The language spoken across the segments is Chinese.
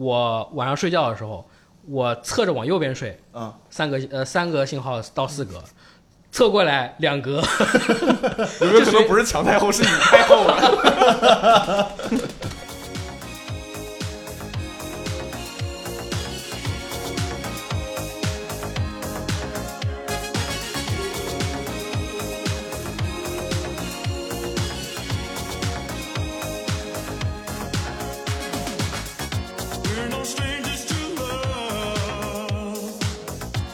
我晚上睡觉的时候，我侧着往右边睡，啊，三个呃三个信号到四格，侧过来两格， 有没有可能不是抢太后，是你太后啊？ We're no strangers to love.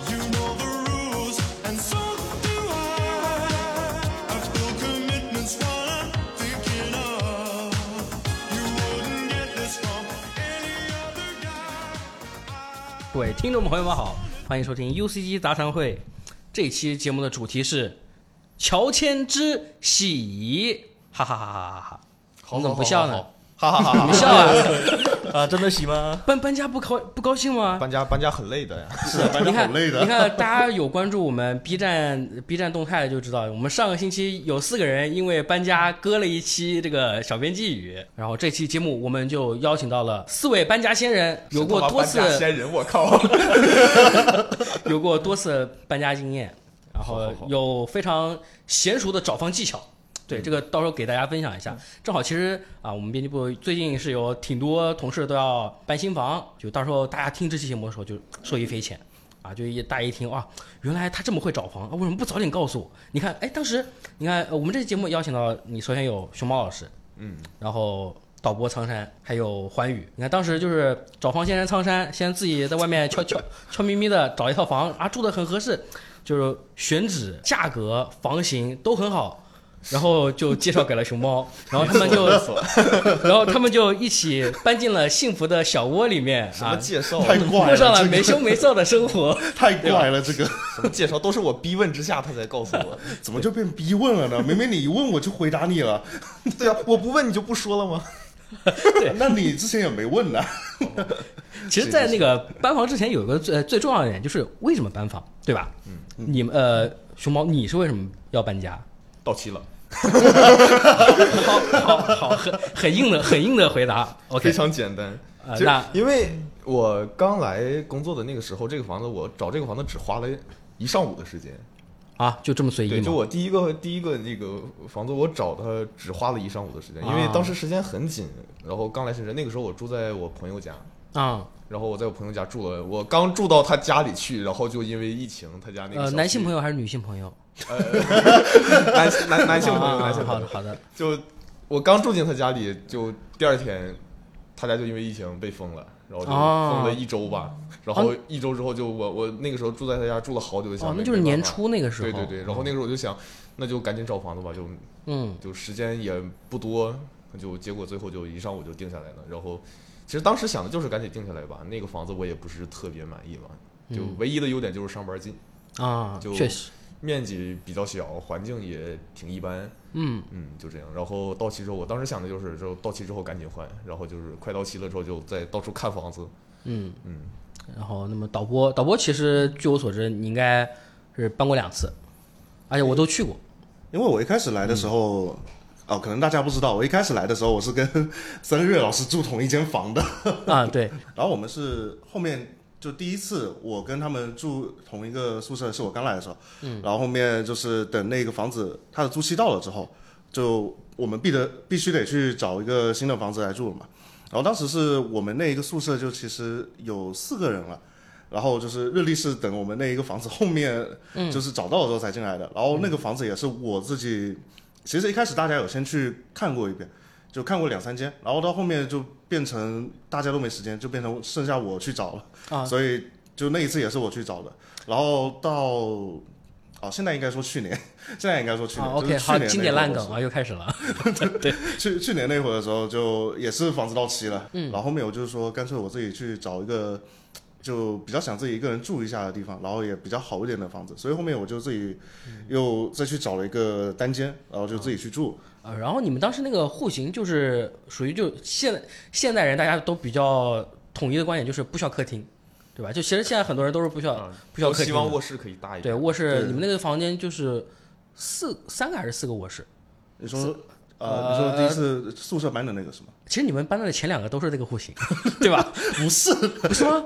You know the rules, and so do I. I've still commitments while I'm thinking of. You wouldn't get this from any other guy. 各位听众朋友们好，欢迎收听 UCG 杂谈会。这期节目的主题是乔迁之喜，哈哈哈哈哈哈！你怎么不笑呢？好好好你好，笑啊！啊，真的喜吗？搬搬家不高不高兴吗？ 搬家搬家很累的呀。是啊，反你正看，好累你的。看，大家有关注我们 B 站 B 站动态的就知道，我们上个星期有四个人因为搬家割了一期这个小编寄语，然后这期节目我们就邀请到了四位搬家仙人，有过多次是他妈搬家仙人，我 靠！ 有过多次搬家经验，然好后好好有非常娴熟的找房技巧。对，这个到时候给大家分享一嗯下。正好，其实啊，我们编辑部最近是有挺多同事都要搬新房，就到时候大家听这期节目的时候就受益匪浅啊！就一大家一听啊，原来他这么会找房，啊、为什么不早点告诉我？你看，哎，当时你看呃我们这期节目邀请到你，首先有熊猫老师，嗯，然后导播苍山，还有环宇。你看当时就是找房先人苍山，先自己在外面悄悄悄咪咪的找一套房啊，住的很合适，就是选址、价格、房型都很好。然后就介绍给了熊猫，然后他们就， 然后他们就一起搬进了幸福的小窝里面什么啊，介绍？太怪过上了了，没这羞没臊的生活。个太怪了，这个什么介绍？都是我逼问之下他才告诉 我。怎么就变逼问了呢？明明你一问我就回答你了， 对啊，我不问你就不说了吗？那你之前也没问啊呢。其实，在那个搬房之前，有一个最呃最重要的点就是为什么搬房，对吧？嗯，你们呃，熊猫，你是为什么要搬家？到期了，好好好，很很硬的很硬的回答。非 OK，常简单。呃其实那因为我刚来工作的那个时候，这个房子我找这个房子只花了一上午的时间。 啊，就这么随意对，就吗？我第一个第一个那个房子，我找它只花了一上午的时间，因为啊当时时间很紧，然后刚来深圳，那个时候我住在我朋友家，啊，然后我在我朋友家住了，我刚住到他家里去，然后就因为疫情，他家那个呃，男性朋友，友还是女性朋友？ 男男男性朋友，啊男性朋好的友，好的，就我刚住进他家里，就第二天，他家就因为疫情被封了，然后就哦封了一周吧，然后一周之后就我我那个时候住在他家住了好久，想哦，没那就是没办年法初那个时候。对对对，然后那个时候我就想，那就赶紧找房子吧，就嗯，就时间也不多，就结果最后就一上午就定下来了。然后其实当时想的就是赶紧定下来吧，那个房子我也不是特别满意嘛，就嗯唯一的优点就是上班近，啊，就确实，面积比较小，环境也挺一般，嗯，嗯，就这样。然后到期之后，我当时想的就是，就到期之后赶紧换，然后就是快到期了之后就再到处看房子，嗯嗯，然后那么导播，导播其实据我所知，你应该是搬过两次，而且我都去 过。因为我一开始来的时候，哦，可能大家不知道，我一开始来的时候我是跟 三月老师住同一间房的，啊，对，然后我们是后面。就第一次我跟他们住同一个宿舍，是我刚来的时候，嗯，然后后面就是等那个房子它的租期到了之后，就我们必得必须得去找一个新的房子来住了嘛。然后当时是我们那一个宿舍就其实有四个人了，然后就是日历是等我们那一个房子后面嗯就是找到了之后才进来的。然后那个房子也是我自己，其实一开始大家有先去看过一遍，就看过两三间，然后到后面就变成大家都没时间，就变成剩下我去找了。啊所以就那一次也是我去找的。然后到哦，现在应该说去年， 现在应该说去啊年，就，OK，是去好，年经那典个烂我梗啊，又开始了。去去年那会儿的时候，就也是房子到期了，嗯然后后面我就是说，干脆我自己去找一个就比较想自己一个人住一下的地方，然后也比较好一点的房子，所以后面我就自己嗯又再去找了一个单间，然后就自己去住。啊，然后你们当时那个户型就是属于就现在现代人大家都比较统一的观点就是不需要客厅，对吧？就其实现在很多人都是不需要、啊，不需要就客希厅望的卧室可以大一对点。卧室，对你们那个房间就是四三个还是四个卧室？你说呃，你说第一次宿舍搬的那个是吗？其实你们班的前两个都是这个户型， 对吧？不是，不是吗？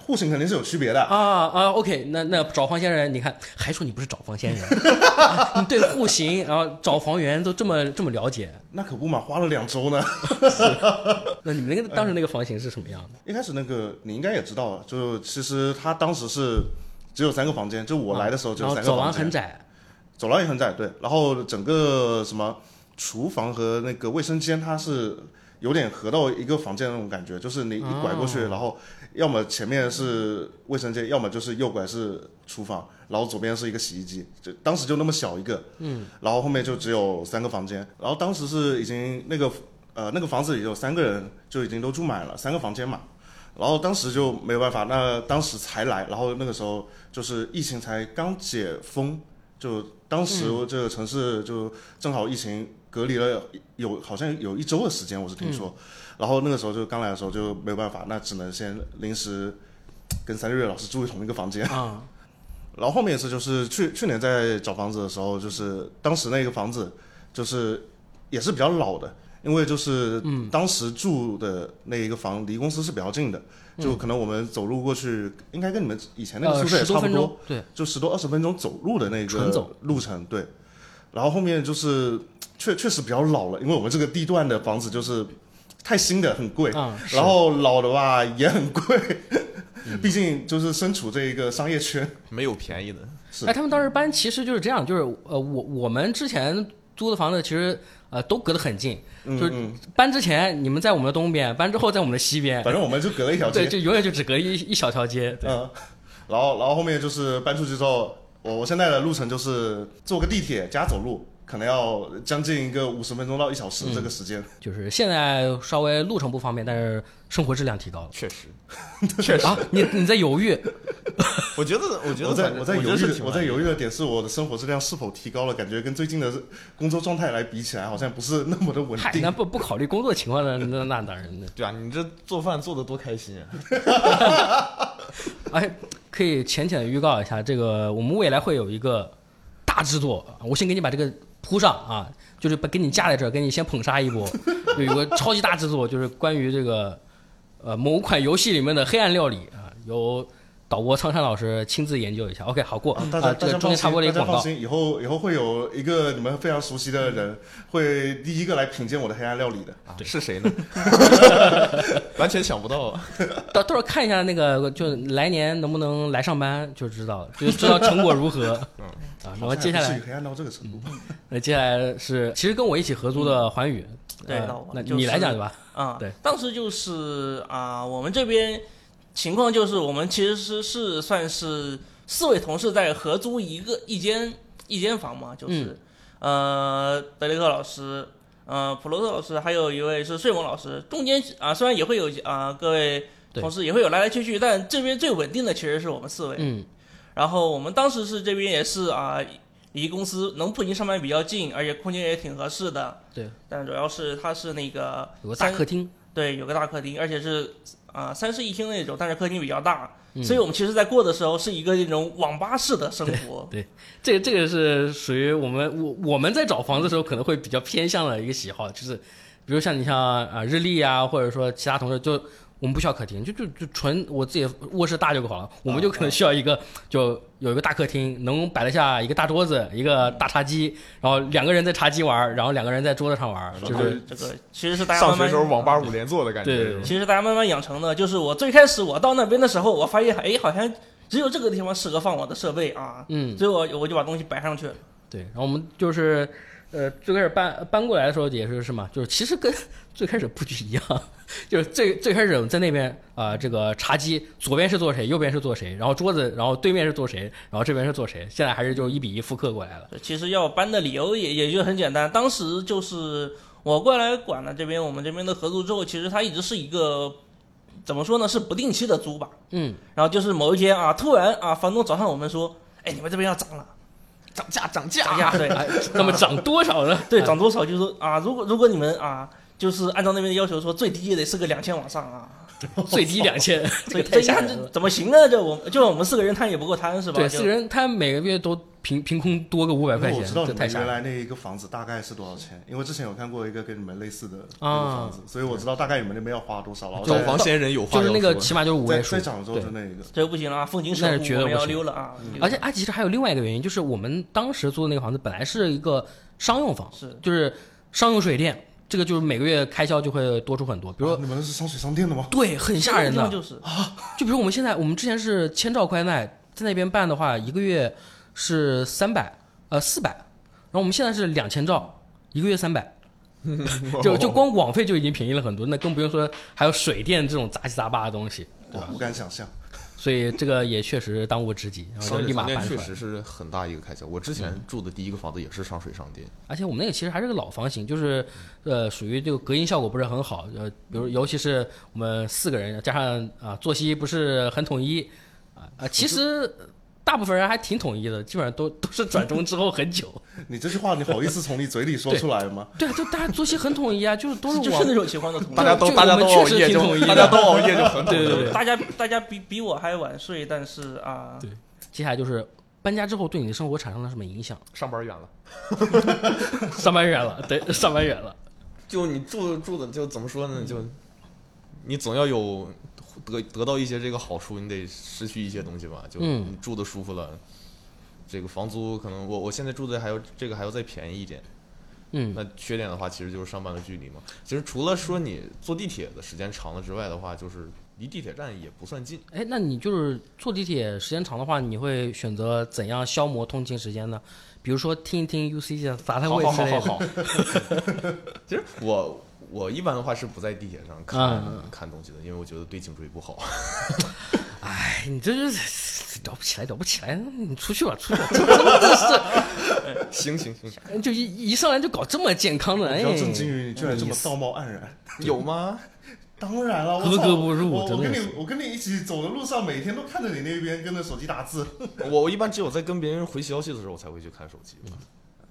户型肯定是有区别的。啊啊，OK，那那找房先生，你看还说你不是找房先生，啊你对户型然后找房源都这么这么了解，那可不嘛，花了两周呢。 那你们那个当时那个房型是什么样的？一开始那个你应该也知道了，就其实他当时是只有三个房间，就我来的时候只啊然后有三个走房廊间，很窄，走廊也很窄，对。然后整个什么厨房和那个卫生间，它是有点合到一个房间的那种感觉，就是你一拐过去，然后要么前面是卫生间，要么就是右拐是厨房，然后左边是一个洗衣机，就当时就那么小一个，嗯，然后后面就只有三个房间，然后当时是已经那个呃那个房子里有三个人就已经都住满了，三个房间嘛。然后当时就没有办法，那当时才来，然后那个时候就是疫情才刚解封，就当时嗯这个城市就正好疫情隔离了有好像有一周的时间，我是听嗯说。然后那个时候就刚来的时候就没有办法，那只能先临时跟三月老师住同一个房间。啊， 然后后面一次就是去去年在找房子的时候，就是当时那个房子就是也是比较老的，因为就是嗯当时住的那一个房离公司是比较近的，就可能我们走路过去，应该跟你们以前那嗯个呃，宿舍也十多差不分多，钟，对，就十多二十分钟走路的那纯个走路程，对。然后后面就是确确实比较老了，因为我们这个地段的房子就是太新的很贵，啊是嗯然后老的吧也很贵，毕竟就是身处这一个商业圈，没有便宜的，是哎，他们当时搬其实就是这样，就是呃，我我们之前租的房子其实呃都隔得很近，嗯就是搬之前你们在我们的东边，搬之后在我们的西边，反正我们就隔了一条街哎对，，就永远就只隔一一小条街，对，嗯，然后然后后面就是搬出去之后，我我现在的路程就是坐个地铁加走路，可能要将近一个五十分钟到一小时这嗯个时间。就是现在稍微路程不方便，但是生活质量提高了。确实，确实，啊，你你在犹豫？我觉得，我觉得我在反正我在觉犹得豫是的，挺我满在意犹豫的点是我的生活质量是否提高了，感觉跟最近的工作状态来比起来，好像不是那么的稳嗨，定那。不不考虑工作情况的，那那当然的。对啊，你这做饭做的多开心啊！哎，可以浅浅的预告一下，这个我们未来会有一个大制作，我先给你把这个铺上啊，就是把给你架在这儿，给你先捧杀一波， 有一个超级大制作，就是关于这个呃某款游戏里面的黑暗料理啊，由导播苍山老师亲自研究一下。OK，好过啊啊，大家、这大个家中放间插播了一心，个大家广放告。心，以后以后会有一个你们非常熟悉的人会第一个来品鉴我的黑暗料理嗯的。啊是谁呢？ 完全想不到啊！到到时候看一下那个，就来年能不能来上班就知道了，就知道成果如何。啊，然后接下好来嗯像还不至于黑暗到这个程度吧。那呃接下来是，其实跟我一起合租的环宇，嗯对呃那我那就你来是讲对吧？啊、对，当时就是啊、我们这边情况就是我们其实是是算是四位同事在合租一个一间一间房嘛，就是、嗯呃德雷克老师。呃，普罗特老师，还有一位是睡魔老师，中间啊、虽然也会有啊、各位对同事也会有来来去去，但这边最稳定的其实是我们四位。嗯，然后我们当时是这边也是啊，离公司能步行上班比较近，而且空间也挺合适的。对，但主要是它是那个有个大三客厅，对，有个大客厅，而且是啊、三室一厅那种，但是客厅比较大，嗯所以我们其实，在过的时候是一个那种网吧式的生活。这个这个是属于我们我我们在找房子的时候可能会比较偏向的一个喜好，就是比如像你像啊日历啊，或者说其他同事就。我们不需要客厅，就就就纯我自己卧室大就好了。我们就可能需要一哦个，就有一个大客厅，能摆得下一个大桌子，一个大茶几，然后两个人在茶几玩，然后两个人在桌子上玩，就是这个其实是大家上慢学慢时候网吧五连坐的感对觉对是吧，其实大家慢慢养成的，就是我最开始我到那边的时候，我发现哎，好像只有这个地方适合放我的设备啊，嗯，所以我我就把东西摆上去了。对，然后我们就是，呃，最开始搬搬过来的时候也是是嘛，就是其实跟最开始布局一样，就是最最开始我们在那边啊、这个茶几左边是坐谁，右边是坐谁，然后桌子，然后对面是坐谁，然后这边是坐谁，现在还是就是一比一复刻过来了。对其实要搬的理由也也就很简单，当时就是我过来管了这边我们这边的合租之后，其实它一直是一个怎么说呢，是不定期的租吧。嗯，然后就是某一天啊，突然啊，房东找上我们说，哎，你们这边要涨了，涨价涨价涨价，对？哎 那么涨多少 呢对，涨多少就是啊，如果如果你们啊，就是按照那边的要求说，最低也得是个两千往上啊，最低两千，这所以个太这吓样人这了。怎么行呢？这我就我们四个人摊也不够摊是吧？对，就四个人他每个月都凭凭空多个五百块那钱我知道，这你太们吓原人了。来那一个房子大概是多少钱，因为之前有看过一个跟你们类似的那个啊房子，所以我知道大概你们那边要花多少了。就找然后房闲人有话就是那个要说起码就是五在位数在。广州对就那一个，这不行了啊！风景守那是绝对护我们不要行溜了啊！而且啊，其实还有另外一个原因，就是我们当时租的那个房子本来是一个商用房，是就是商用水电，这个就是每个月开销就会多出很多。比如啊说，你们是香水商店的吗？对，很吓人这的个地方，就是就比如我们现在，我们之前是千兆宽带，在那边办的话，一个月是三百，呃四百，然后我们现在是两千兆，一个月三百，就就光网费就已经便宜了很多，那更不用说还有水电这种杂七杂八的东西，我不敢想象。所以这个也确实当务之急，然后就商立水马商店搬出确来。嗯实是很大一个开销。我之前住的第一个房子也是上水商店，而且我们那个其实还是个老房型，就是呃属于这个隔音效果不是很好，呃，比如尤其是我们四个人加上啊、作息不是很统一啊啊、其实大部分人还挺统一的，基本上都都是转钟之后很久。你这句话你好意思从你嘴里说出来吗？ 对啊，就大家作息很统一啊，就是都是就我是那种情 况的同大家样都就大家我都们熬确实夜挺就统一的大家都熬夜就很对对对。大家大家比比我还晚睡，但是啊，对接下来就是搬家之后对你的生活产生了什么影响？上班远了。 上班远了，对，上班远了。就你住住的就怎么说呢？就你总要有得得到一些这个好处，你得失去一些东西吧。就嗯你住的舒服了，这个房租可能我我现在住的还要这个还要再便宜一点。嗯，那缺点的话，其实就是上班的距离嘛。其实除了说你坐地铁的时间长了之外的话，就是离地铁站也不算近。哎，那你就是坐地铁时间长的话，你会选择怎样消磨通勤时间呢？比如说听一听 UC 的杂谈会之类的。好。其实我我一般的话是不在地铁上看、嗯看东西的，因为我觉得对颈椎不好。 哎，你这就是哎了不起来，了不起来！你出去吧，出去吧，真的行行行，是， 就一一上来就搞这么健康的，比哎，较震惊哎于你居然这么道貌岸然。有吗？当然了，我格操格不入我真我的跟是你我跟你一起走的路上，每天都看着你那边跟着手机打字， 我我一般只有在跟别人回消息的时候，我才会去看手机。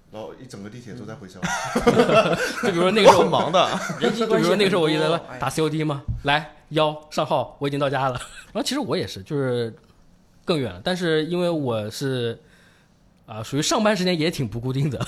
然后一整个地铁都在回消。就比如说那个我时候 很，忙的， 人 际就比关如系说那个时候我很一直在多啊问打 COD 嘛，来幺上号，我已经到家了。 然后其实我也是，就是更远了，但是因为我是。啊，属于上班时间也挺不固定的，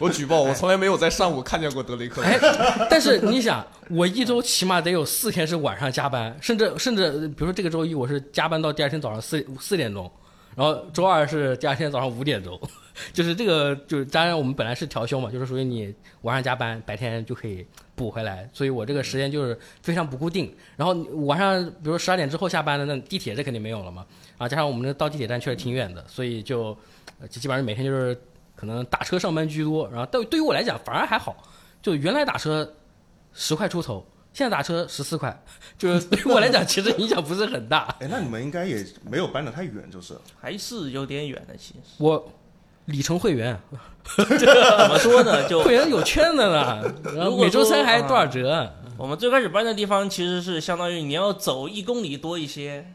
我举报，我从来没有在上午看见过德雷克。哎， 但是你想，我一周起码得有四天是晚上加班，甚至甚至，比如说这个周一我是加班到第二天早上四四点钟，然后周二是第二天早上五点钟， 就是这个就是当然我们本来是调休嘛，就是属于你晚上加班，白天就可以补回来，所以我这个时间就是非常不固定。然后你晚上比如十二点之后下班的，那地铁这肯定没有了嘛，啊，加上我们这到地铁站确实挺远的，所以就呃基基本上每天就是可能打车上班居多。然后对对于我来讲反而还好，就原来打车十块出头，现在打车十四块，就是 对于我来讲其实影响不是很大。哎，那你们应该也没有搬得太远，就是了还是有点远的，其实 我里程会员，啊怎么说呢？就会员有券的 呢，然如后果每周说三还多少啊折？我们最开始搬的地方其实是相当于你要走一公里多一些，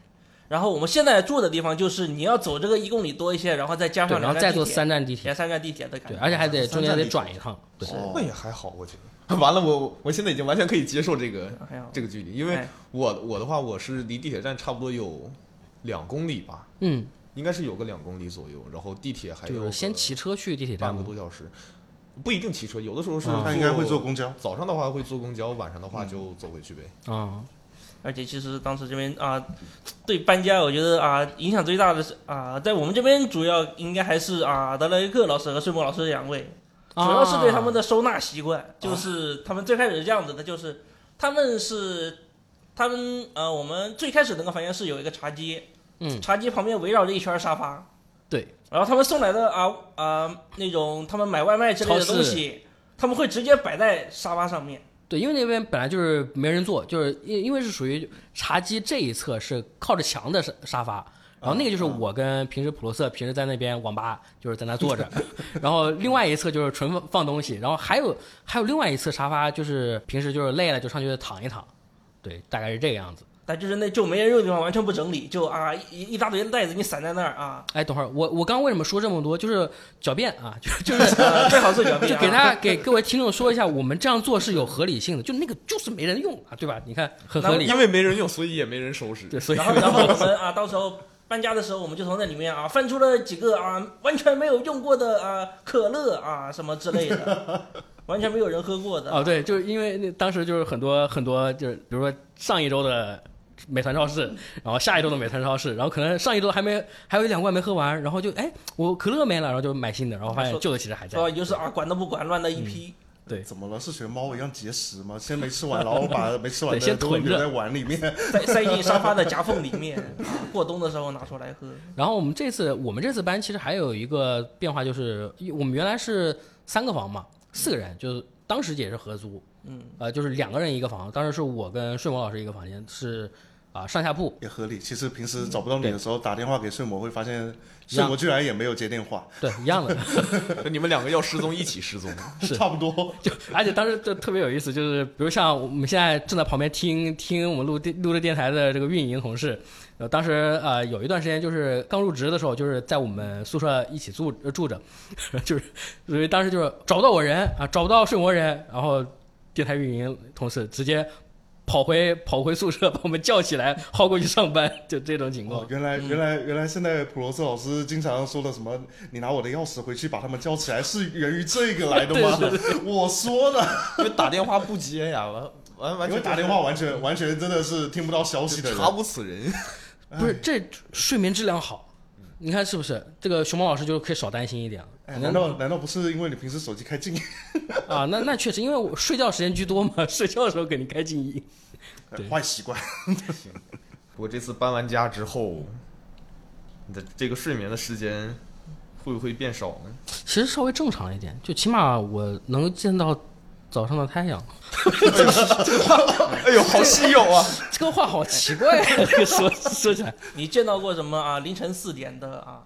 然后我们现在住的地方就是你要走这个一公里多一些，然后再加对，上然后两再站坐地铁，三站地铁连，三站地铁的感对，觉，而且还得中间三站得地转一趟，对，哦哦那也还好，我觉得。 完了，我我现在已经完全可以接受这个还好这个距离，因为哎我我的话，我是离地铁站差不多有两公里吧，嗯，应该是有个两公里左右，然后地铁还就有是先个骑车去地铁站半嘛个，多小时，不一定骑车，有的时候是啊他应该会坐公交。早上的话会坐公交，晚上的话就走回去呗。啊，而且其实当时这边啊、对搬家我觉得啊、影响最大的是啊、在我们这边主要应该还是啊、德莱克老师和睡魔老师两位，主啊要是对他们的收纳习惯，哦就是他们最开始是这样子的，就是他们是他们呃，我们最开始那个房间是有一个茶几，嗯茶几旁边围绕着一圈沙发，对，然后他们送来的啊啊那种他们买外卖之类的超市东西，他们会直接摆在沙发上面，对，因为那边本来就是没人坐，就是因因为是属于茶几这一侧是靠着墙的沙沙发，然后那个啊就是我跟平时普罗瑟平时在那边网吧就是在那坐着， 然后另外一侧就是纯放放东西，然后还有还有另外一侧沙发就是平时就是累了就上去躺一躺，对，大概是这个样子。但就是那就没人用的地方完全不整理，就啊一一大堆袋子你散在那儿 啊，哎，等会儿我我刚为什么说这么多？就是狡辩啊， 就就是呃最好最狡辩就啊给大家给各位听众说一下，我们这样做是有合理性的，就那个就是没人用啊，对吧？你看很合理因，为没人用，所以也没人收拾。 对，所以 然后，然后我们啊，到时候搬家的时候，我们就从那里面啊翻出了几个啊完全没有用过的啊可乐啊什么之类的， 完全没有人喝过的。哦，对，就是因为那当时就是很多很多，就是比如说上一周的美团超市，嗯然后下一周的美团超市，然后可能上一周还没还有一两罐没喝完，然后就哎我可乐没了，然后就买新的，然后发现说旧的其实还在是。吧？就是啊，管都不管，乱的一批。怎么了？是学猫一样节食吗？先没吃完，然后 把没吃完对的先都囤留着在碗里面。塞嗯塞进沙发的夹缝里面，啊过冬的时候拿出来喝。然后我们这次我们这次班其实还有一个变化，就是因为我们原来是三个房嘛，四个人，就是当时也是合租，嗯，呃，就是两个人一个房，当时是我跟顺萌老师一个房间，是啊、上下铺，也合理。其实平时找不到你的时候，打电话给睡魔，会发现嗯一睡样魔居然也没有接电话，对，一样的。你们两个要失踪一起失踪，是差不多。 就而且当时就特别有意思，就是比如像我们现在正在旁边听听我们录电录的电台的这个运营同事，呃，当时呃有一段时间就是刚入职的时候，就是在我们宿舍一起住呃住着， 就是所以当时就是找不到我人啊，找不到睡魔人，然后电台运营同事直接跑回跑回宿舍把我们叫起来薅过去上班，就这种情况嗯哦，。原来原来原来，现在普罗斯老师经常说的什么“你拿我的钥匙回去把他们叫起来”，是源于这个来的吗？ 我说的，因为打电话不接呀，完完完因为全打电话完全完全真的是听不到消息的人。查无此人。不是这睡眠质量好，你看是不是？这个熊猫老师就可以少担心一点了。哎难道难道不是因为你平时手机开静音？啊，那那确实，因为我睡觉时间居多嘛， 睡觉的时候给你开静音。对 坏习惯，不过这次搬完家之后，你的这个睡眠的时间会不会变少呢？其实稍微正常一点，就起码我能见到早上的太阳。 哎呦，好稀有啊！这个话好奇怪啊，这个 说说起来，你见到过什么啊？凌晨四点的啊，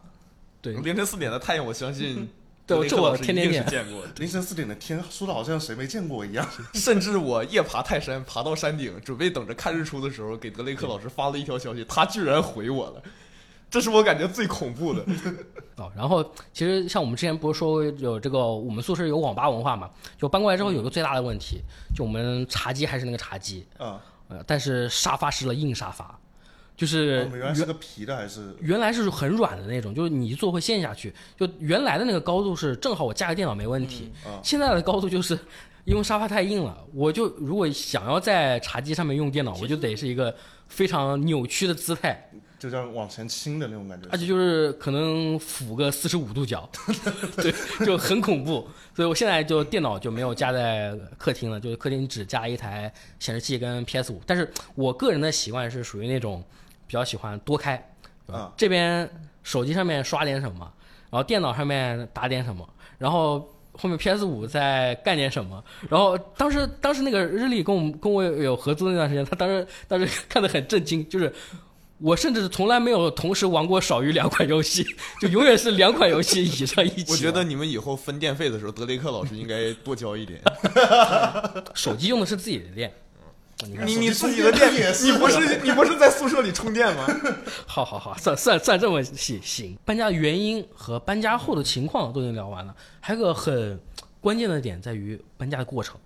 对凌晨四点的太阳，我相信 对雷克这我老师天天一定见是见过的。凌晨四点的天说的好像谁没见过一样。甚至我夜爬泰山，爬到山顶，准备等着看日出的时候，给德雷克老师发了一条消息，他居然回我了，这是我感觉最恐怖 的。 哦，然后其实像我们之前不是说有这个我们宿舍有网吧文化嘛，就搬过来之后有个最大的问题，就我们茶几还是那个茶几，啊，呃，但是沙发是了硬沙发，就是我们原来是个皮的还是？原来是很软的那种，就是你一坐会陷下去。就原来的那个高度是正好我架个电脑没问题，啊现在的高度就是因为沙发太硬了，我就如果想要在茶几上面用电脑，我就得是一个非常扭曲的姿态，就这样往前倾的那种感觉。而且就是可能俯个四十五度角， 对，就很恐怖。所以我现在就电脑就没有架在客厅了，就是客厅只架一台显示器跟 PS 五。但是我个人的习惯是属于那种比较喜欢多开。啊，这边手机上面刷点什么，然后电脑上面打点什么，然后后面 PS 五再干点什么。然后当时当时那个日历跟我们跟我有合租的那段时间，他当时当时看得很震惊，就是。我甚至从来没有同时玩过少于两款游戏，就永远是两款游戏以上一起玩。我觉得你们以后分电费的时候，德雷克老师应该多交 一点。手机用的是自己的电。你手你机自充己的电电也，是你不是你不是在宿舍里充电吗？好好好，算算算这么细行。搬家原因和搬家后的情况都已经聊完了，还有个很关键的点在于搬家的过程，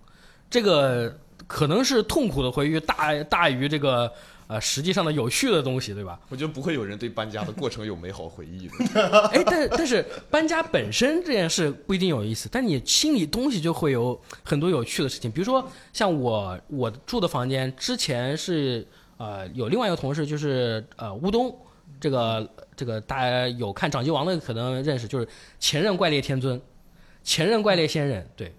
这个可能是痛苦的回忆大大于这个呃实际上的有趣的东西，对吧？我觉得不会有人对搬家的过程有美好回忆的。哎，但但是搬家本身这件事不一定有意思，但你心里东西就会有很多有趣的事情。比如说，像我我住的房间之前是呃有另外一个同事，就是呃乌东，这个这个大家有看《掌机王》的可能认识，就是前任怪猎天尊，前任怪猎仙人，对，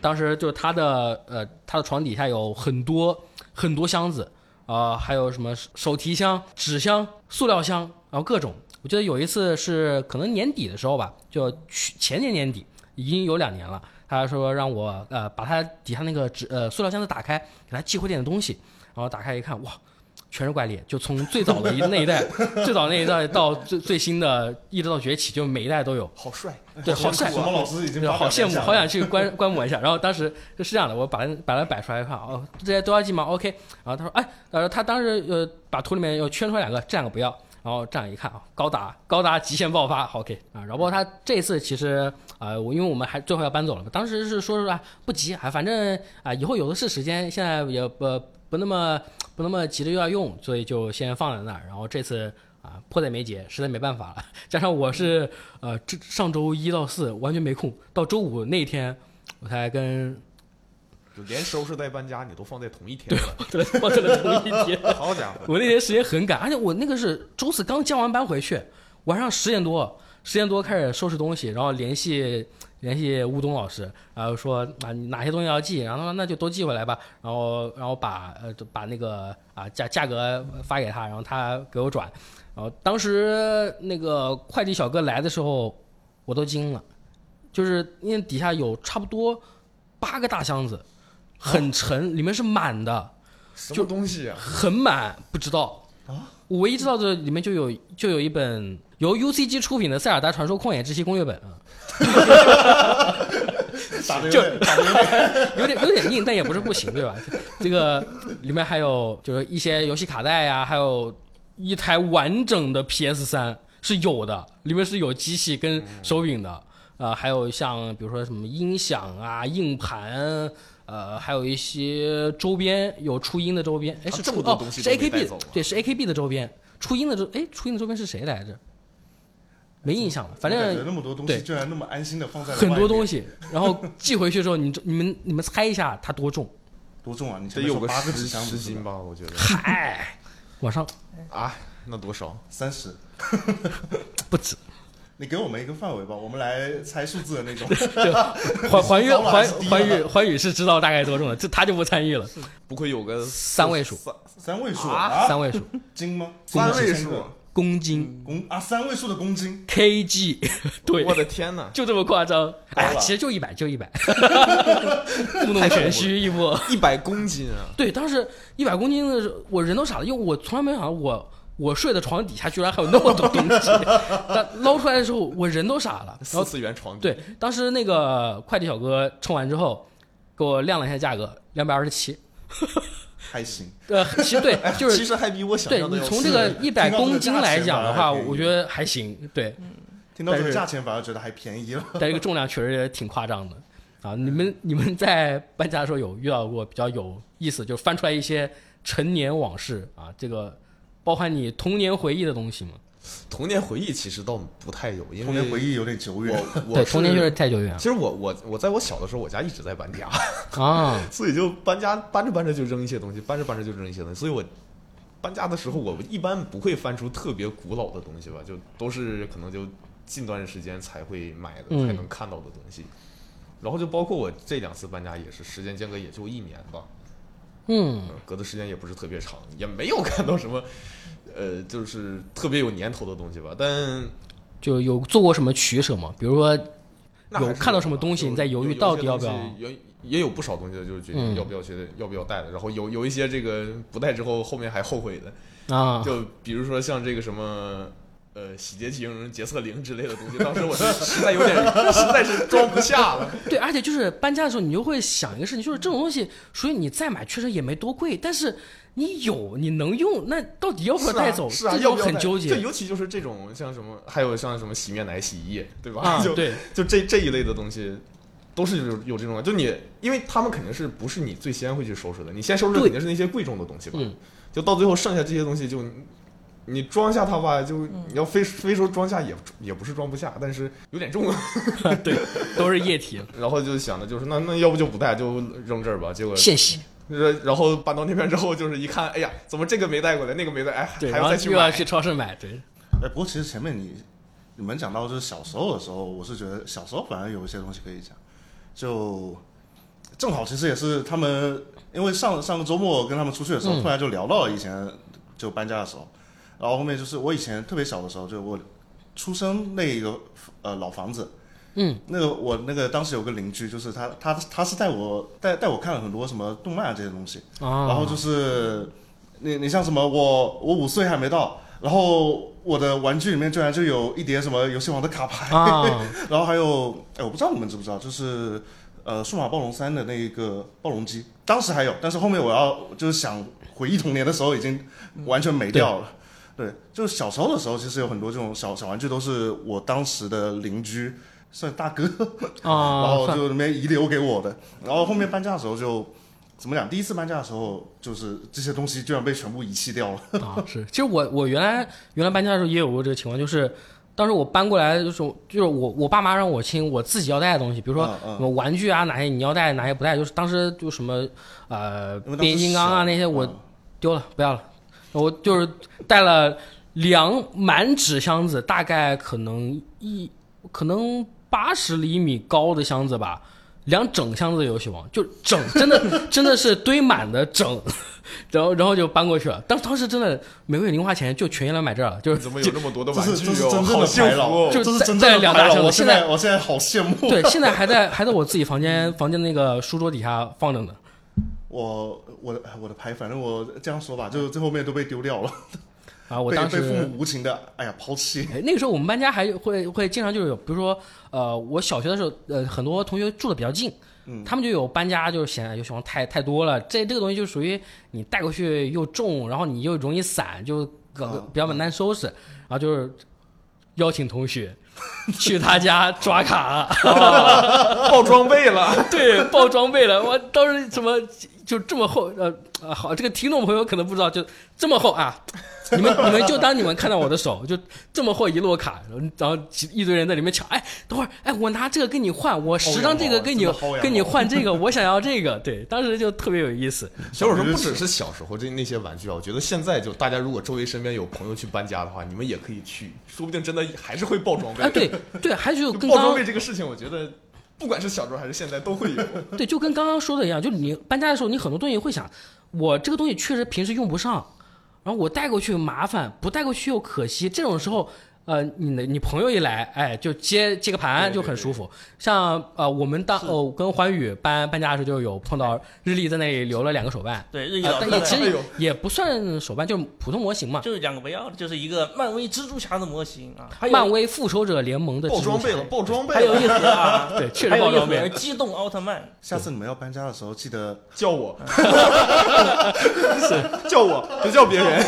当时就是他的呃他的床底下有很多很多箱子。啊、还有什么手提箱、纸箱、塑料箱，然后各种。我记得有一次是可能年底的时候吧，就去前年年底，已经有两年了。他说让我呃把他底下那个纸呃塑料箱子打开，给他寄回点东西。然后打开一看，哇，全是怪猎，就从最早的一 那一代，最早那一代到最最新的，一直到崛起，就每一代都有。好帅， 对，好帅，我们啊老师已经对发好表羡一慕，下好 想去观观摩一下。然后当时就是这样的，我把它把它摆出来看，哦，这些都要记吗？OK。然后他说，哎，呃，他当时呃把图里面又圈出来两个，这两个不要。然后这样一看啊，高达高达极限爆发，OK 啊。然后包括他这次其实啊，我、因为我们还最后要搬走了嘛，当时是说是啊不急啊，反正啊以后有的是时间，现在也不不那么不那么急着又要用，所以就先放在那儿。然后这次啊迫在眉睫，实在没办法了。加上我是呃这上周一到四完全没空，到周五那天我才跟 就连收拾带搬家你都放在同一天了，我真的同一天。好家伙！我那天时间很赶，而且我那个是周四刚加完班回去，晚上十点多，十点多开始收拾东西，然后联系联系乌东老师，然后说啊你哪些东西要寄，然后他说那就都寄回来吧，然后然后把呃就把那个啊价价格发给他，然后他给我转，然后当时那个快递小哥来的时候，我都惊了，就是因为底下有差不多八个大箱子，很沉，里面是满的。什么东西啊？很满，不知道啊。我唯一知道的里面就有就有一本由 UCG 出品的《塞尔达传说：旷野之息》攻略本啊，打的有点打的有有点点有点硬，但也不是不行，对吧？这个里面还有就是一些游戏卡带呀、还有一台完整的 PS 三是有的，里面是有机器跟手柄的，呃，还有像比如说什么音响啊、硬盘。呃，还有一些周边有初音的周边，哎，啊是这初么多哦东西是都没带 AKB 走啊对，是 AKB 的周边，初音的周哎，初音的周边是谁来着？没印象了，反感觉正那么多东对西居然那么安心的放在了很多东西西。然后寄回去的时候，你你们你们猜一下它多重？多重啊？你前 得面有说八个纸十箱十子是斤吧？吧，我觉得。嗨，往上啊，那多少？三十，不止，你给我们一个范围吧，我们来猜数字的那种。环环宇高了环还是低了环宇环宇是知道大概多重的，这他就不参与了，不会有个三位数，三三位数啊三位数，斤吗？三位1000数个？公斤公啊，三位数的公斤， KG，对我，的天哪！就这么夸张。哎高，了其实就一百，就 一百，故弄玄虚一波。一百公斤啊！对，当时一百公斤的时候，我人都傻了，因为我从来没想到我我睡的床底下居然还有那么多东 西。但捞出来的时候，我人都傻了。然四后次元床对，当时那个快递小哥称完之后，给我量了一下价格，两百二十七。还行。呃，其实对，就哎其是实还比我想对象的你要从细这个是一百听到这公个斤价来钱讲的反而话，便宜我觉得还嗯行。对，听到这但个是价钱反而觉得还便宜了。但这个重量确实也挺夸张的啊！你们你们在搬家的时候有遇到过比较有意思，就翻出来一些陈年往事啊，这个包含你童年回忆的东西吗？童年回忆其实倒不太有，因为童年回忆有点久远，我我对，童年确实是太久远了其实我我我在我小的时候，我家一直在搬家，啊！所以就搬家搬着搬着就扔一些东西，搬着搬着就扔一些东西，所以我搬家的时候，我一般不会翻出特别古老的东西吧，就都是可能就近段时间才会买的，嗯才能看到的东西。然后就包括我这两次搬家也是时间间隔也就一年吧，嗯，呃隔的时间也不是特别长，也没有看到什么，呃，就是特别有年头的东西吧。但就有做过什么取舍吗？比如说那有还是看到有什么的东西有你在犹豫有有到些底要东不西有也有不少东西的，就是决嗯定要不要去、要不要带的。然后有有一些这个不带之后，后面还后悔的，啊，就比如说像这个什么。呃，洗洁精、洁厕灵之类的东西，当时我是实在有点，实在是装不下了。对，而且就是搬家的时候，你就会想一个事情，就是这种东西，所以你再买确实也没多贵，但是你有你能用，那到底要不要带走？是啊，是这啊就要不要很带纠就结尤其就是这种像什么，还有像什么洗面奶、洗衣液，对吧？啊就！对，就这这一类的东西，都是有有这种，就你，因为他们肯定是不是你最先会去收拾的，你先收拾的对肯定是那些贵重的东西吧，嗯就到最后剩下这些东西就，你你装下它吧，就你要非非说装下也也不是装不下，但是有点重啊， 对，都是液体，然后就想着就是那那要不就不带，就扔这儿吧，结果。现洗。呃然后搬到那边之后，就是一看，哎呀，怎么这个没带过来，那个没带，哎，对，还然后再去又要买。去超市买，对，哎，不过其实前面你你们讲到就是小时候的时候，我是觉得小时候反而有一些东西可以讲，就正好其实也是他们，因为上上个周末跟他们出去的时候，突然就聊到了以前就搬家的时候，然后后面就是我以前特别小的时候，就我出生那个呃老房子。嗯，那个我那个当时有个邻居，就是他，他他是带我带带我看了很多什么动漫啊这些东西，啊，然后就是你你像什么，我我五岁还没到，然后我的玩具里面居然就有一叠什么游戏王的卡牌，啊，然后还有，哎，我不知道你们知不知道，就是呃，数码暴龙三的那一个暴龙机，当时还有，但是后面我要就是想回忆童年的时候，已经完全没掉了。对，就是小时候的时候，其实有很多这种小小玩具，都是我当时的邻居算大哥，然后啊，就里面遗留给我的。然后后面搬家的时候就。怎么讲？第一次搬家的时候，就是这些东西居然被全部遗弃掉了。啊，是，其实我我原来原来搬家的时候也有过这个情况，就是当时我搬过来的时候，就是我我爸妈让我清我自己要带的东西，比如说嗯嗯什么玩具啊，哪些你要带，哪些不带，就是当时就什么呃因变为当时形金刚啊小那些我嗯丢了，不要了，我就是带了两满纸箱子，大概可能一可能八十厘米高的箱子吧。两整箱子的游戏王，就整真的 真的是堆满的整， 然后然后就搬过去了。当当时真的每个月零花钱就全用来买这儿了，就是怎么有这么多的这玩是具这是哦？真正好的幸排福老，哦！就这是在真在正的两排大老。箱我子现在在我现在好羡慕。对，现在还在还在我自己房间房间那个书桌底下放着呢。我我的我的牌，反正我这样说吧，就最后面都被丢掉了，啊， 我被当时被父母无情的哎呀抛弃。哎，那个时候我们搬家还会会经常就是有，比如说，呃，我小学的时候，呃，很多同学住的比较近，他们就有搬家，就是嫌哎游戏王太太多了，这这个东西就属于你带过去又重，然后你又容易散，就搞得嗯比较难收拾，然后就是邀请同学去他家抓卡，爆装备了， 对，爆装备了，我当时怎么就这么厚？呃，啊好，这个听众朋友可能不知道，就这么厚啊！你们你们就当你们看到我的手，就这么厚一摞卡，然后几一堆人在里面抢。哎，等会儿，哎，我拿这个跟你换，我十张这个跟你薅羊毛真的薅羊毛啊跟你换这个，我想要这个。对，当时就特别有意 思。小时候不只是小时候这那些玩具啊，我觉得现在就大家如果周围身边有朋友去搬家的话，你们也可以去，说不定真的还是会爆装啊备。哎，对对，还有就跟爆装刚备这个事情，我觉得不管是小时候还是现在都会 有。对，就跟刚刚说的一样，就是你搬家的时候，你很多东西会想，我这个东西确实平时用不上，然后我带过去麻烦，不带过去又可惜。这种时候，呃，你的你朋友一来，哎，就接接个盘就很舒服。像呃，我们当哦跟环宇搬搬家的时候，就有碰到日历在那里留了两个手办，对，日语啊老但也 师的其哎实呦也不算手办，就是普通模型嘛。就是两个不要的，就是一个漫威蜘蛛侠的模型啊，还有漫威复仇者联盟的爆蜘蛛装备侠了，爆装备还有了，一盒啊，对确实还有爆一装备盒机动奥特曼，下次你们要搬家的时候，记得叫 我，是 叫我，别叫别 人。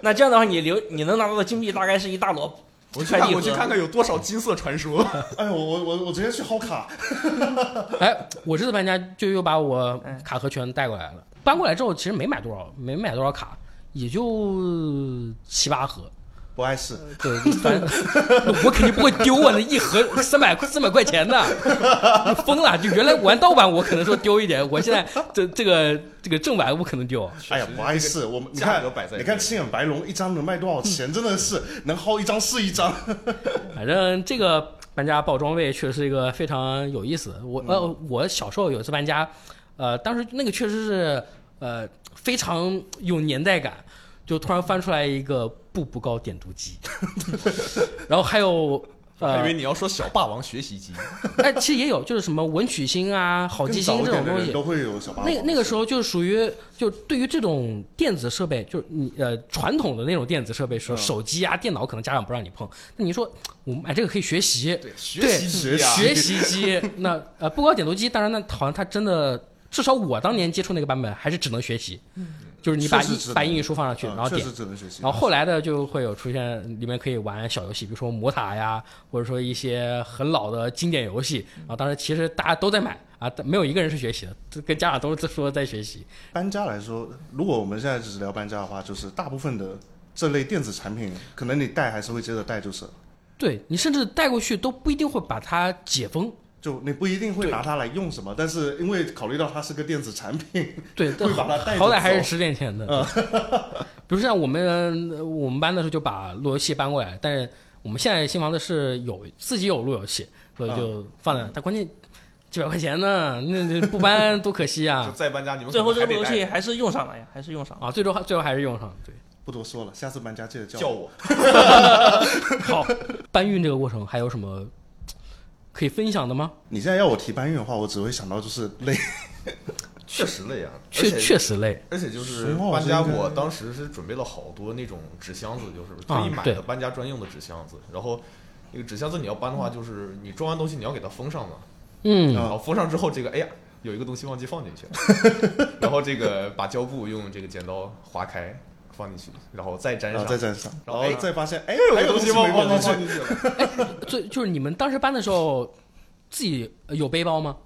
那这样的话，你留你能拿到的金币大概是一大摞我去快递看，盒。我去看看有多少金色传说。啊哎，我我我我直接去薅卡。哎，我这次搬家就又把我卡盒全带过来了。搬过来之后，其实没买多少，没买多少卡，也就七八盒。不碍事，呃对，反正我肯定不会丢啊！那一盒三百三百块钱的，你疯了！就原来玩盗版，我可能说丢一点，我现在这这个这个正版我可能丢。哎呀，不碍事。我们你价看格摆在，你这看里青眼白龙一张能卖多少 钱？真的是能薅一张是一张。反正这个搬家爆装备确实是一个非常有意思的。我嗯呃，我小时候有一次搬家，呃，当时那个确实是呃非常有年代感，就突然翻出来一个步步高点读 机，然后还有我以呃为，你要说小霸王学习 机，哎，其实也有，就是什么文曲星啊、好记星更早一这种点的东人西都。会有小霸王。那那个时候就属于就对于这种电子设备，就是你呃传统的那种电子设备，嗯说手机啊、电脑可能家长不让你碰。那你说我买这个可以学习，对，学对习学机啊学习 机，那呃不高点读机，当然那好像它真的，至少我当年接触那个版本还是只能学习，就是你把确实英只能把英语书放上去，嗯然后确点实。只能学习然。后后来的就会有出现，里面可以玩小游戏，比如说魔塔呀，或者说一些很老的经典游戏。嗯然后当时其实大家都在买啊，但没有一个人是学习的，这跟家长都是说在学习。搬家来说，如果我们现在只是聊搬家的话，就是大部分的这类电子产品，可能你带还是会接着带，就是对你甚至带过去都不一定会把它解封，就你不一定会对拿它来用什么，但是因为考虑到它是个电子产品，对，但会把它带着好歹还是走嗯十年前的。 比如像我们我们班的时候就把路由器搬过来，但是我们现在新房子是有自己有路由器，所以嗯就放在那。但关键几百块钱呢，那那不 搬多可惜就啊！再搬家，你们最后这个可能游还得戏还是用上了呀，还是用上了。啊，最终还最后还是用上了对。不多说了，下次搬家记得叫带我叫我。好，搬运这个过程还有什么可以分享的吗？你现在要我提搬运的话，我只会想到就是累，确实累啊，而确且确实累，而且就是熊猫搬家，是应该我当时是准备了好多那种纸箱子，就是啊特意买对的搬家专用的纸箱子。然后那个纸箱子你要搬的话，就是你装完东西你要给它封上嘛，嗯啊然后封上之后，这个哎呀有一个东西忘记放进去 了，然后这个把胶布用这个剪刀划开放进去，然后再粘然后上，啊再站上，然然后后哎再发现哎，有还个有东西忘没忘放放进进去。去了。 最就是你们当时搬的时候，自己呃有背包吗？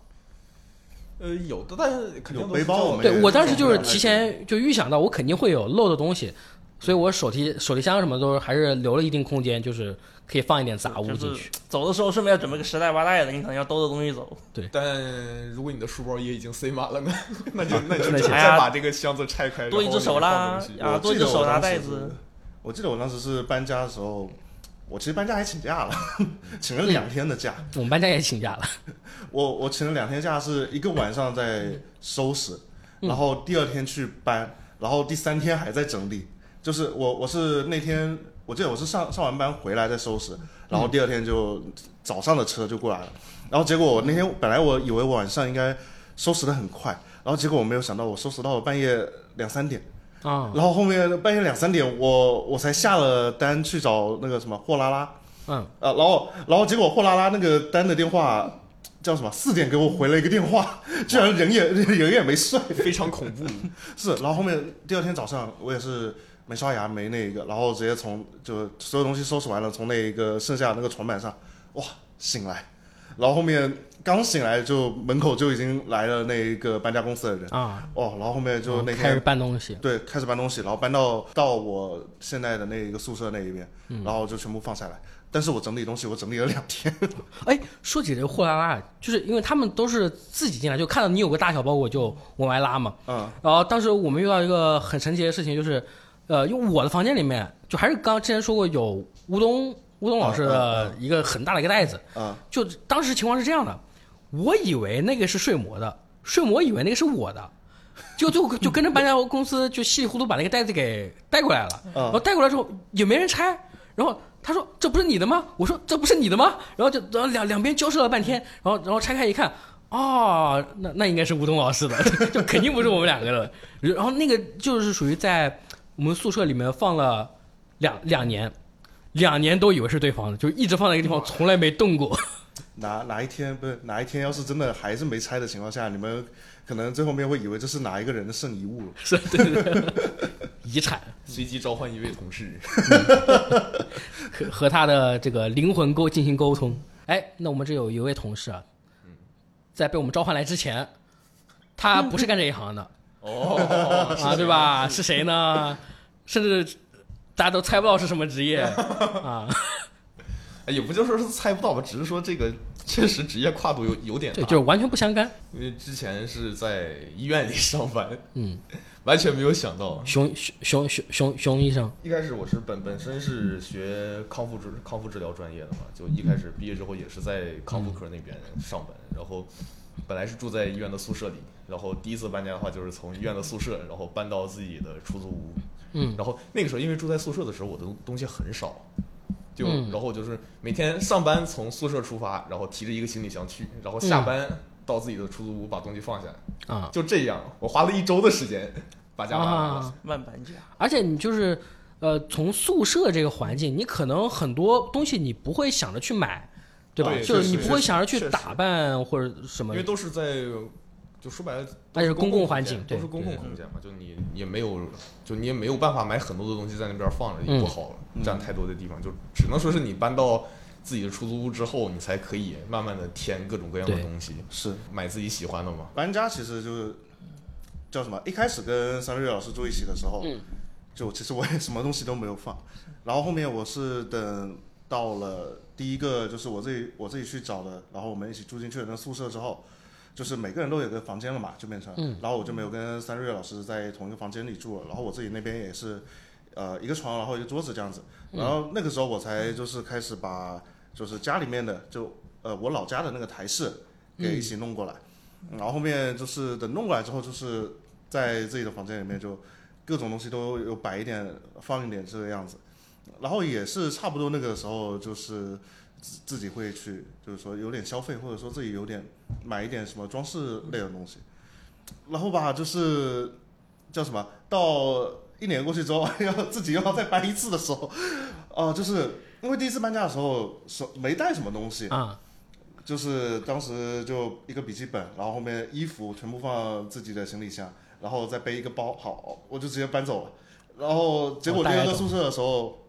呃，有的，但是肯定有都背是包这我样们对也我当时装不就是了提前就预想到我肯定会有漏的东西，所以我手提手提箱什么都还是留了一定空间，就是可以放一点杂物啊进就去是。走的时候顺便要准备个十袋八袋的，你可能要兜着东西走。但如果你的书包也已经塞满了呢， 那就那就 那只就哎能再把这个箱子拆开，多一只手啦哎然后里面放东西啊，我多一记只得我手拿当时袋是子。我记得我当时是搬家的时候，我其实搬家还请假了， 请了两天的假。我们搬家也请假了，我我请了两天假，是一个晚上在收拾，然后第二天去搬，然后第三天还在整理。就是我我是那天我记得我是上上完班回来再收拾，然后第二天就早上的车就过来了，然后结果我那天本来我以为晚上应该收拾的很快，然后结果我没有想到我收拾到了半夜两三点。啊，然后后面半夜两三点，我我才下了单去找那个什么货拉拉，嗯，呃，然后然后结果货拉拉那个单的电话叫什么？四点给我回了一个电话， 居然人也人也没睡。非常恐怖。是，然后后面第二天早上我也是没刷牙没那个，然后直接从就所有东西收拾完了，从那个剩下的那个床板上哇醒来，然后后面刚醒来就门口就已经来了那个搬家公司的人。啊，哦，然后后面就那开天始搬东西，对，开始搬东西，然后搬到到我现在的那一个宿舍那一边，然后就全部放下来。但是我整理东西，我整理了两天。哎，说起这个货拉拉，就是因为他们都是自己进来，就看到你有个大小包裹就往外拉嘛。嗯，然后当时我们遇到一个很神奇的事情，就是，呃，因为我的房间里面就还是刚之前说过有乌冬乌冬老师的一个很大的一个袋子， 啊、就当时情况是这样的，我以为那个是睡魔的，睡魔以为那个是我的。就就 就跟着搬家公司就稀里糊涂把那个袋子给带过来了，嗯然后带过来之后也没人拆，然后他说这不是你的吗？我说这不是你的吗？然后就然后两两边交涉了半天，然后然后拆开一看，哦，那那应该是吴东老师的， 就肯定不是我们两个的。然后那个就是属于在我们宿舍里面放了两两年，两年都以为是对方的，就一直放在一个地方，从来没动过。 哪哪一天不是哪一天，要是真的还是没拆的情况下，你们可能最后面会以为这是哪一个人的剩遗物了。 是对对对，遗产随机召唤一位同事，和和他的这个灵魂沟进行沟通。哎，那我们这有一位同事啊，嗯在被我们召唤来之前，他不是干这一行 的哦，啊，对吧？是谁呢？甚至大家都猜不到是什么职业 啊。哎也不就说是猜不到吧，只是说这个确实职业跨度有有点大。对，就是完全不相干。因为之前是在医院里上班，嗯， 完全没有想到。熊熊熊熊熊熊医生，一开始我是本本身是学康复治康复治疗专业的嘛，就一开始毕业之后也是在康复科那边上班，然后本来是住在医院的宿舍里，然后第一次搬家的话就是从医院的宿舍，然后搬到自己的出租屋，嗯，然后那个时候因为住在宿舍的时候我的东西很少，就嗯然后就是每天上班从宿舍出发，然后提着一个行李箱去，然后嗯下班到自己的出租屋把东西放下，啊，就这样我花了一周的时间把家搬完了。啊慢搬家，而且你就是呃，从宿舍这个环境，你可能很多东西你不会想着去买，对吧？对就是确你实不会想着确去实打扮或者什么因为，都是在，就说白了，那就是公共环空境，间对都是公对共空间嘛，就你也没有，就你也没有办法买很多的东西在那边放着，也嗯不好占太多的地方，就只能说是你搬到自己的出租屋之后，你才可以慢慢的添各种各样的对东西，是买自己喜欢的嘛。搬家其实就是叫什么？一开始跟三瑞老师住一起的时候，就其实我也什么东西都没有放。然后后面我是等到了第一个就是我自己我自己去找的，然后我们一起住进去的那个宿舍之后，就是每个人都有个房间了嘛，就变成，然后我就没有跟三瑞老师在同一个房间里住了。然后我自己那边也是，呃，一个床，然后一个桌子这样子。然后那个时候我才就是开始把就是家里面的就呃我老家的那个台式给一起弄过来。然后后面就是等弄过来之后，就是在自己的房间里面就各种东西都有摆一点、放一点这个样子。然后也是差不多那个时候，就是自自己会去，就是说有点消费，或者说自己有点买一点什么装饰类的东西。然后吧，就是叫什么？到一年过去之后， 要自己又要再搬一次的时候，哦、就是因为第一次搬家的时候手没带什么东西，啊，就是当时就一个笔记本，然后后面衣服全部放自己的行李箱，然后再背一个包，好，我就直接搬走了。然后结果哦大第概二个懂宿舍的时候，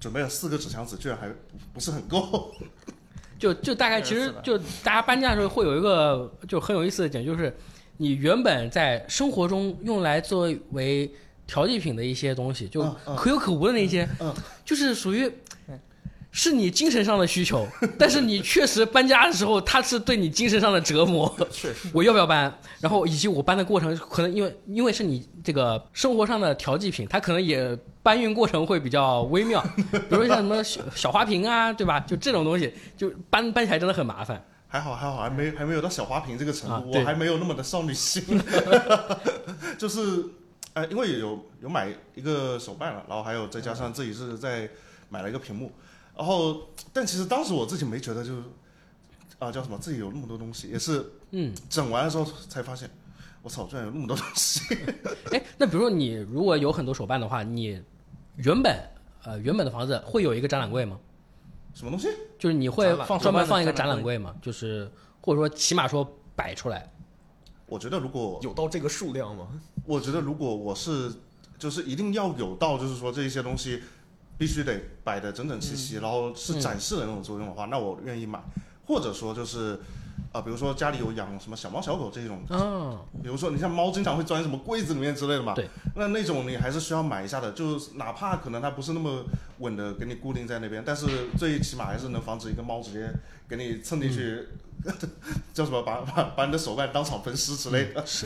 准备了四个纸箱子，居然还不是很够。就就大概其是实的就大家搬家的时候会有一个就很有意思的点，就是你原本在生活中用来作为调剂品的一些东西，就嗯嗯可有可无的那些，嗯就是属于嗯。是你精神上的需求，但是你确实搬家的时候，它是对你精神上的折磨。确实，我要不要搬？然后以及我搬的过程，可能因为因为是你这个生活上的调剂品，它可能也搬运过程会比较微妙，比如说像什么小小花瓶啊，对吧？就这种东西，就搬搬起来真的很麻烦。还好还好，还没还没有到小花瓶这个程度，啊对我还没有那么的少女心， 就是，呃，因为有有买一个手办了，然后还有再加上自己是在买了一个屏幕，然后但其实当时我自己没觉得就是，啊、叫什么自己有那么多东西，也是嗯，整完的时候才发现，我操，居然有那么多东西， 哎，那比如说你如果有很多手办的话，你原本呃原本的房子会有一个展览柜吗？什么东西？就是你会展览放专门手办的放一个展展览览柜吗？就是或者说起码说摆出来。我觉得如果有到这个数量 吗？我觉得如果我是，就是一定要有到，就是说这一些东西必须得摆的整整齐齐，然后是展示的那种作用的话，那我愿意买。或者说就是，啊、比如说家里有养什么小猫小狗这种，嗯，比如说你像猫经常会钻什么柜子里面之类的嘛，对，那那种你还是需要买一下的，就是哪怕可能它不是那么稳的给你固定在那边，但是最起码还是能防止一个猫直接给你蹭进去，叫什么把把把你的手腕当场分尸之类的。其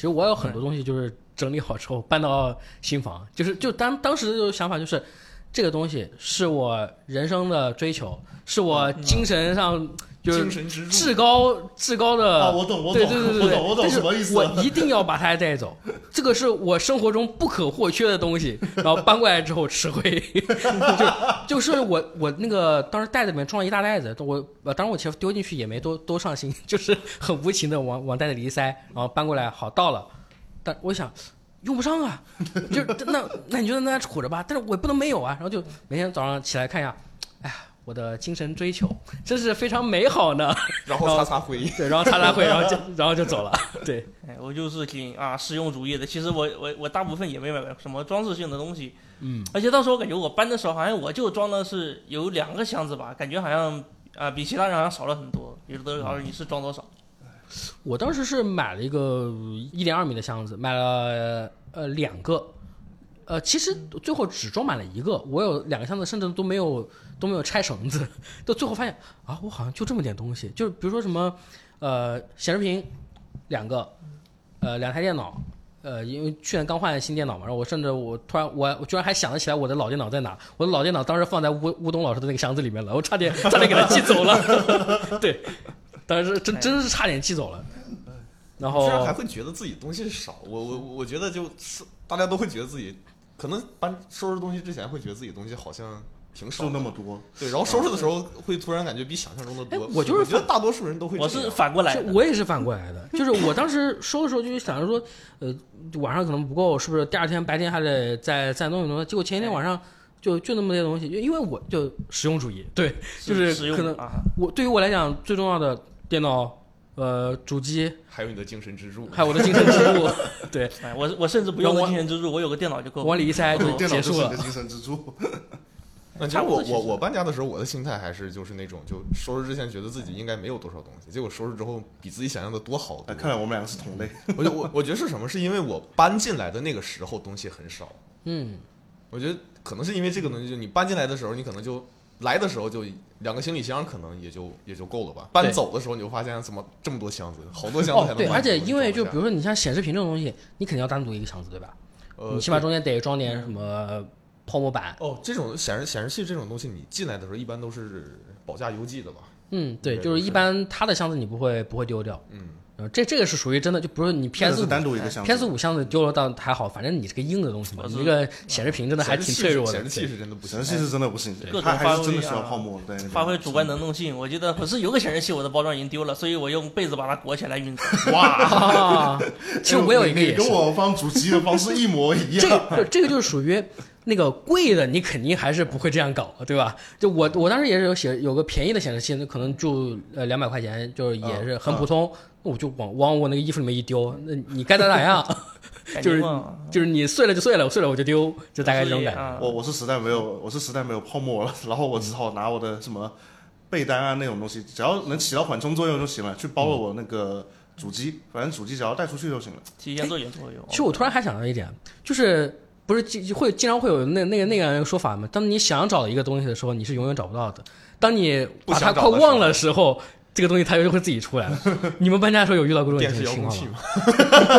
实我有很多东西就是整理好之后搬到新房，就是就当当时的想法就是，这个东西是我人生的追求，是我嗯精神上就是精神支柱，至高至高的。啊，我懂，我懂，对对对对我对，懂，我懂但是什么意思。我一定要把它带走，这个是我生活中不可或缺的东西。然后搬过来之后吃亏， 就就是我我那个当时袋子里面装了一大袋子，我呃当然我其实丢进去也没多多上心， 就是很无情的往往袋子里一塞，然后搬过来好到了，但我想。用不上啊，就是那那你就在那杵着吧，但是我也不能没有啊。然后就每天早上起来看一下，哎呀，我的精神追求真是非常美好呢。 然后擦擦灰。对，然后擦擦灰，然后就然后就走了。 对，哎，我就是挺啊实用主义的。其实我我我大部分也没买什么装饰性的东西，嗯，而且到时候我感觉我搬的时候，好像我就装的是有两个箱子吧，感觉好像啊比其他人好像少了很多。有的老师你是装多少？我当时是买了一个一点二米的箱子，买了呃两个，呃，其实最后只装满了一个，我有两个箱子，甚至都没有都没有拆绳子，到最后发现啊，我好像就这么点东西，就是比如说什么呃显示屏两个，呃两台电脑。呃，因为去年刚换新电脑嘛，然后我甚至我突然我我居然还想得起来我的老电脑在哪，我的老电脑当时放在乌乌东老师的那个箱子里面了，我差点差点给他寄走了， 对，当时真真是差点寄走了，然 后居然还会觉得自己东西少，我我我觉得就是大家都会觉得自己，可能搬收拾东西之前会觉得自己东西好像挺少就那的，么多，对，然后收拾的时候会突然感觉比想象中的多哎。我就是觉得大多数人都会这我样，是反过来是的。我也是反过来的，就是我当时收的时候就想着说，呃，晚上可能不够，是不是第二天白天还得再再弄一弄？结果前一天晚上就就那么些东西，因因为我就实用主义，对，就是实用可能啊，我对于我来讲最重要的电脑、呃主机还有你的精神支柱，还有我的精神支柱，对，哎，我我甚至不用那我精神支柱，我有个电脑就够了。往里一塞对，电脑哦结就是束你了的。精神支柱。 那其实差我不多其实我我搬家的时候，我的心态还是就是那种，就收拾之前觉得自己应该没有多少东西，结果收拾之后比自己想象的多好哎多。看来我们两个是同类。我就我我觉得是什么？是因为我搬进来的那个时候东西很少， 嗯，我觉得可能是因为这个东西，就你搬进来的时候，你可能就来的时候就两个行李箱，可能也就也就够了吧。搬走的时候你就发现怎么这么多箱子，好多箱子才哦能搬、对，而且因为就比如如说你像显示屏这种东西，你肯定要单独一个箱子，对吧？呃你起码中间得装点什么泡沫板。哦，这种显示显示器这种东西，你进来的时候一般都是保价邮寄的吧？嗯，对，对就是就一是般他的箱子你不会不会丢掉。嗯，呃这这个是属于真的，就不是你这个 PS 是五单独一个箱子。啊 PS 五哎箱子丢了倒还好，反正你这个硬的东西嘛，我是你这个显示屏真的还显示挺器脆弱的。显示器对是真的不行显。示器是真的不行各，种它还发是挥真的需要啊泡沫在那边发挥主观能动性。我记得可是有个显示器，我的包装已经丢了，所以我用被子把它裹起来运走。 哇， 啊，其实我有一个你也是跟，我放主机的方式一模一这样。个不是这个就是属于那个贵的，你肯定还是不会这样搞，对吧？就我我当时也是有写有个便宜的显示器，那可能就呃两百块钱，就是啊也是很普通，那我就往往我那个衣服里面一丢，那你该咋咋样？ 就是就是你碎了就碎了，我碎了我就丢，就大概这种感啊觉。我我是实在没有，我是实在没有泡沫了，然后我只好拿我的什么被单啊那种东西，只要能起到缓冲作用就行了，去包嗯了我那个主机，反正主机只要带出去就行了。提前做点作用。其实我突然还想到一点，就是不是经会经常会有那那个那个说法嘛？当你想找一个东西的时候，你是永远找不到的；当你把它不想快找的时候忘了的时候，这个东西它就会自己出 来了。你们搬家的时候有遇到过这哎电种视遥情控况器吗？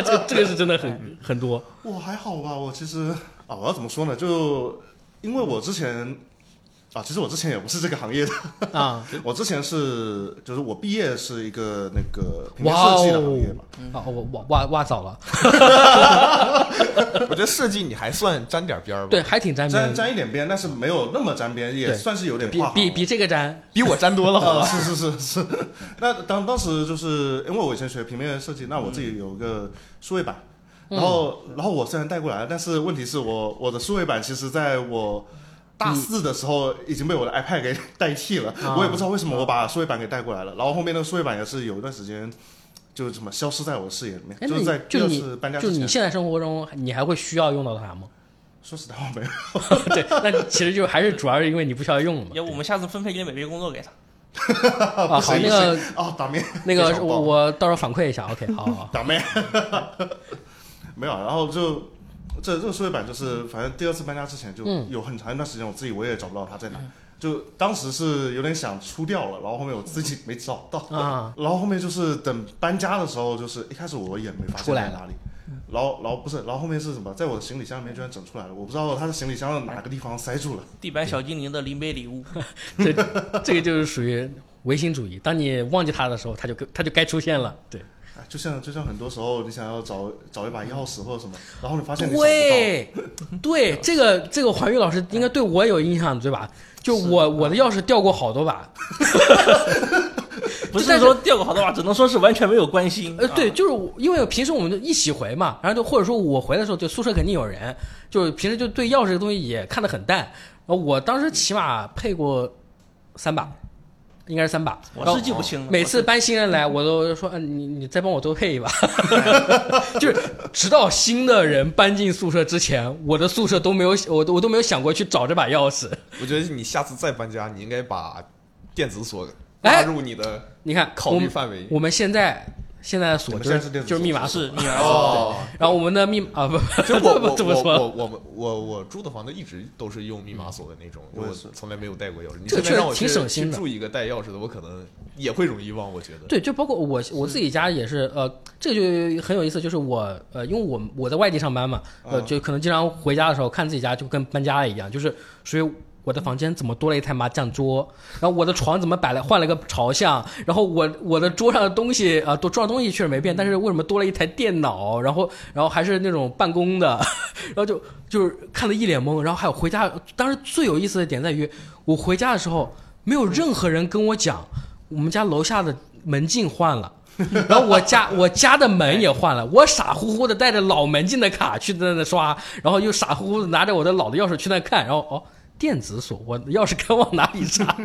这这个是真的很很 多。我还好吧，我其实啊，我要怎么说呢？就因为我之前啊，其实我之前也不是这个行业的，啊， 我之前是就是我毕业是一个那个平面哇设计的哦行业嘛，！啊，我挖挖挖早了，我觉得设计你还算沾点边儿吧，对，，还挺沾边沾的，沾一点边，但是没有那么沾边，也哦对算是有点比跨行比了比这个沾比我沾多 了，好啊，吧？是是是是。 那当 当嗯时就是因为我以前学平面设计，那我自己有个数位板，然后然后我虽然带过来了，但是问题是我我的数位板其实在我。大四的时候已经被我的 iPad 给代替了，啊我也不知道为什么我把数位板给带过来了。然后后面那个数位板也是有一段时间，就是什么消失在我的视野里面，哎就那是你在就第二你次搬家就之你前。现在生活中，你还会需要用到它吗？ 说实在话没有，对，那其实就还是主要是因为你不需要用了嘛。 要不我们下次分配一点美编工作给他。啊， 好，不行那 个啊，打面那个非常我棒我到时候反馈一下，OK，好好好。 打妹， 没有，啊然后就这这个数位板就是，反正第二次搬家之前就嗯有很长一段时间，我自己我也找不到它在哪。就当时是有点想出掉了，然后后面我自己没找到，啊然后后面就是等搬家的时候，就是一开始我也没发出现来在了哪里，然后然后不是，然后后面是什么，在我的行李箱里面居然整出来了，我不知道它的行李箱的哪个地方塞住了。地板小精灵的灵媒礼物，这这个就是属于唯心主义，当你忘记它的时候，它就它就该出现了。对，哎就像就像很多时候你想要找找一把钥匙或者什么，然后你发现你找不到，对，对，这个这个怀玉老师应该对我有印象，对吧？就我我的钥匙掉过好多把，不是说掉个好多吧，只能说是完全没有关心。呃，对，啊，就是我因为平时我们就一起回嘛，然后就或者说我回的时候，就宿舍肯定有人，就是平时就对钥匙这个东西也看得很淡。然后我当时起码配过三把，应该是三把。然我后是记不清了。每次搬新人来，我都说，嗯，你你再帮我多配一把， 就是直到新的人搬进宿舍之前，我的宿舍都没有，我都我都没有想过去找这把钥匙。我觉得你下次再搬家，你应该把电子锁哎纳入你的你看，考我虑们范围。我们现在现在的锁我们就现在是电子就是密码我锁，啊是你儿哦，然后我们的密啊不， 就我我这么我说，我我们我我住的房子一直都是用密码锁的那种，我也我是从来没有带过钥匙。你这个现在让确实挺我去省心去的住一个带钥匙的，我可能也会容易忘。我觉得，对，就包括我我自己家也是，呃，这个就很有意思，就是我呃，因为我我在外地上班嘛，啊呃，嗯就可能经常回家的时候看自己家就跟搬家了一样，就是属于。我的房间怎么多了一台麻将桌？然后我的床怎么摆了换了个朝向？然后我我的桌上的东西啊，桌桌上东西确实没变，但是为什么多了一台电脑？然后然后还是那种办公的，然后就就是看得一脸懵。然后还有回家，当时最有意思的点在于，我回家的时候没有任何人跟我讲我们家楼下的门禁换了。然后我家我家的门也换了，我傻乎乎的带着老门禁的卡去在那刷，然后又傻乎乎的拿着我的老的钥匙去那看，然后哦，电子锁，我的钥匙该往哪里插？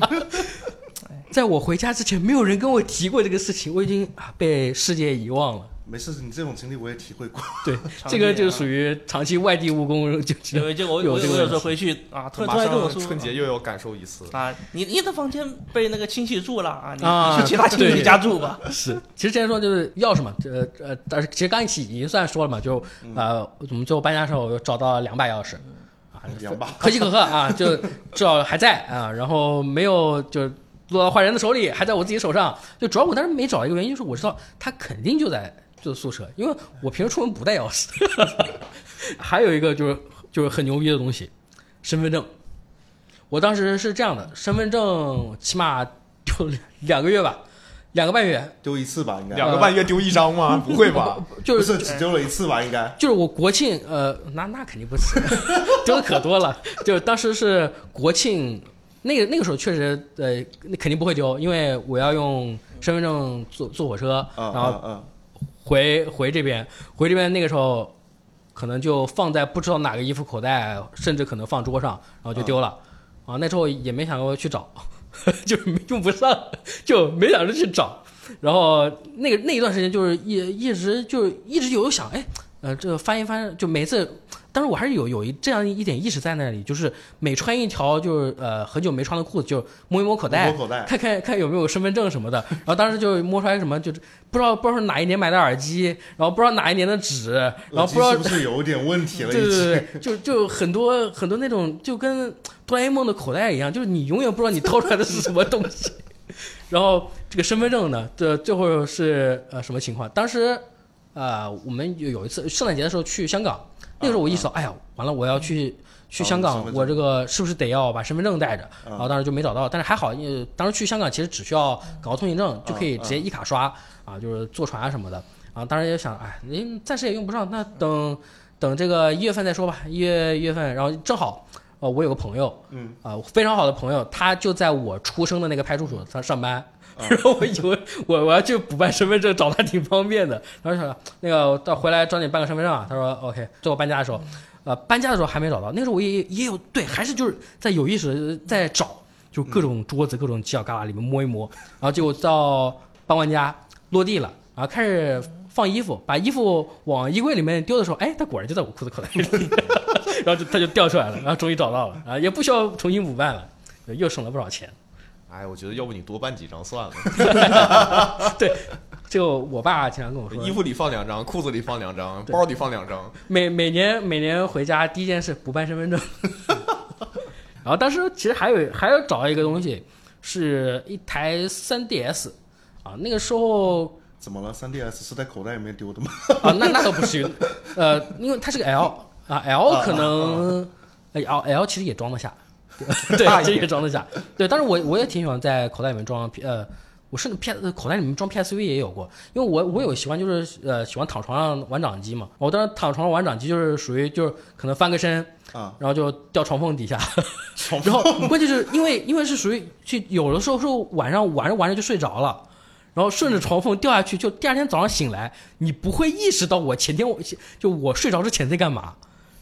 在我回家之前，没有人跟我提过这个事情，我已经啊被世界遗忘了。没事，你这种经历我也体会过。 对，常这个见就啊属于长期外地务工，就因为这个我有我我这个有时问候回去啊，突然马突然跟我上说春嗯节又要感受一次。啊，你你的房间被那个亲戚住了啊，你啊你去其他亲对戚家住吧。 是，其实之前说就是钥匙嘛，呃呃，但是其实刚一起已经算说了嘛，就嗯呃，我们最后搬家的时候找到了两把钥匙，啊，两把可喜可贺啊， 就至少还在啊，然后没有就落到坏人的手里，还在我自己手上。就主要我当时没找一个原因，就是我知道他肯定就在就宿舍，因为我平时出门不带钥匙。 还有一个就是就是很牛逼的东西，身份证。我当时是这样的，身份证起码丢了两两个月吧，两个半月，丢一次吧，应该 两个半月丢一张 吗？不会吧？就不是是只丢了一次吧，应该。就是我国庆，呃，那那肯定不是，丢的可多了。就是当时是国庆，那个那个时候确实，呃，那肯定不会丢，因为我要用身份证坐坐火车，嗯然后嗯嗯，回回这边，回这边那个时候，可能就放在不知道哪个衣服口袋，甚至可能放桌上，然后就丢了。啊，那时候也没想过去找， 就没用不上， 就没想着去找。然后那个那一段时间就是一一直就是一直有想，哎，呃，这个翻一翻，就每次，但是我还是有有一这样一点意识在那里，就是每穿一条就是呃很久没穿的裤子，就摸一摸口袋，摸摸口袋看看看有没有身份证什么的。然后当时就摸出来什么，就是不知道不知道是哪一年买的耳机，然后不知道哪一年的纸，然后不知道耳机是不是有点问题了？对已经对对，就就很多很多那种就跟哆啦 A 梦的口袋一样，就是你永远不知道你掏出来的是什么东西。 然后这个身份证呢，这最后是呃什么情况？当时呃我们有有一次圣诞节的时候去香港，那个啊时候我意识到，哎呀，完了我要去去香哦身港，份证啊我这个是不是得要把身份证带着？然后当时就没找到，但是还好，因为当时去香港其实只需要港澳通行啊证就可以直接一卡刷啊，就是坐船啊什么的。啊，当时也想，哎，您暂时也用不上，那等等这个一月份再说吧。一月一月份，然后正好，呃，我有个朋友，嗯，啊、非常好的朋友，他就在我出生的那个派出所上上班。 然后我以为我我要去补办身份证，找他挺方便的。然后就说那个到回来找你办个身份证啊。他说 OK。最后搬家的时候，呃，搬家的时候还没找到。那个时候我也也有对，还是就是在有意识地在找，就各种桌子、各种犄角旮旯里面摸一摸。然后结果到搬完家落地了，然后开始放衣服，把衣服往衣柜里面丢的时候，哎，它果然就在我裤子口袋里， 然后就它就掉出来了，然后终于找到了，啊，也不需要重新补办了，又省了不少钱。哎，我觉得要不你多办几张算 了，对，就我爸经常跟我说，衣服里放两张，裤子里放两张，包里放两张。每每年每年回家第一件事补办身份证， 然后当时其实还有还要找一个东西，是一台 3DS 啊，那个时候 怎么了？3DS 是在口袋里面丢的吗？ 啊，那那倒不至于，呃，因为它是个 L 啊，L 可能、哎 L L 其实也装得下， 对，其实也装得下，对，但是我我也挺喜欢在口袋里面装，呃，我甚至 P 呃口袋里面装 PSV 也有过，因为我我有习惯就是呃喜欢躺床上玩掌机嘛，我当时躺床上玩掌机就是属于就是可能翻个身，啊，然后就掉床缝底下，然后关键是因为因为是属于去有的时候是晚上玩着玩着就睡着了，然后顺着床缝掉下去，就第二天早上醒来，你不会意识到我前天我就我睡着之前在干嘛，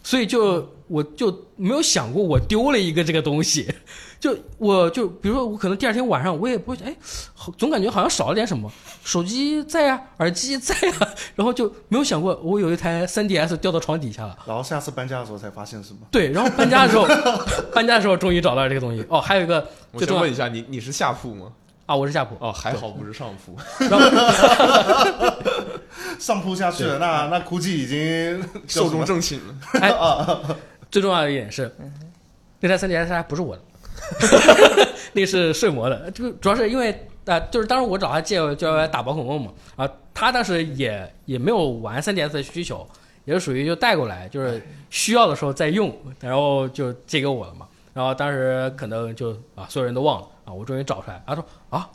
所以就我就没有想过我丢了一个这个东西， 就我就比如说我可能第二天晚上我也不会哎，好总感觉好像少了点什么，手机在呀、耳机在呀、 然后就没有想过我有一台 3DS 掉到床底下了。然后下次搬家的时候才发现是吗？对，然后搬家的时候， 搬家的时候终于找到了这个东西。哦，还有一个我最先重问要一下，你你是下铺吗？啊，我是夏普。哦，还好不是上 铺。然后上铺下去了，那那估计 已经寿终正寝了。最重要的一点是，那台 3DS 还不是我的，那是睡魔的。这个主要是因为呃，就是当时我找他借就要打宝可梦嘛，啊，他当时也也没有玩 3DS 的需求，也是属于就带过来，就是需要的时候再用，然后就借给我了嘛。然后当时可能就啊，所有人都忘了啊，我终于找出来，他说啊，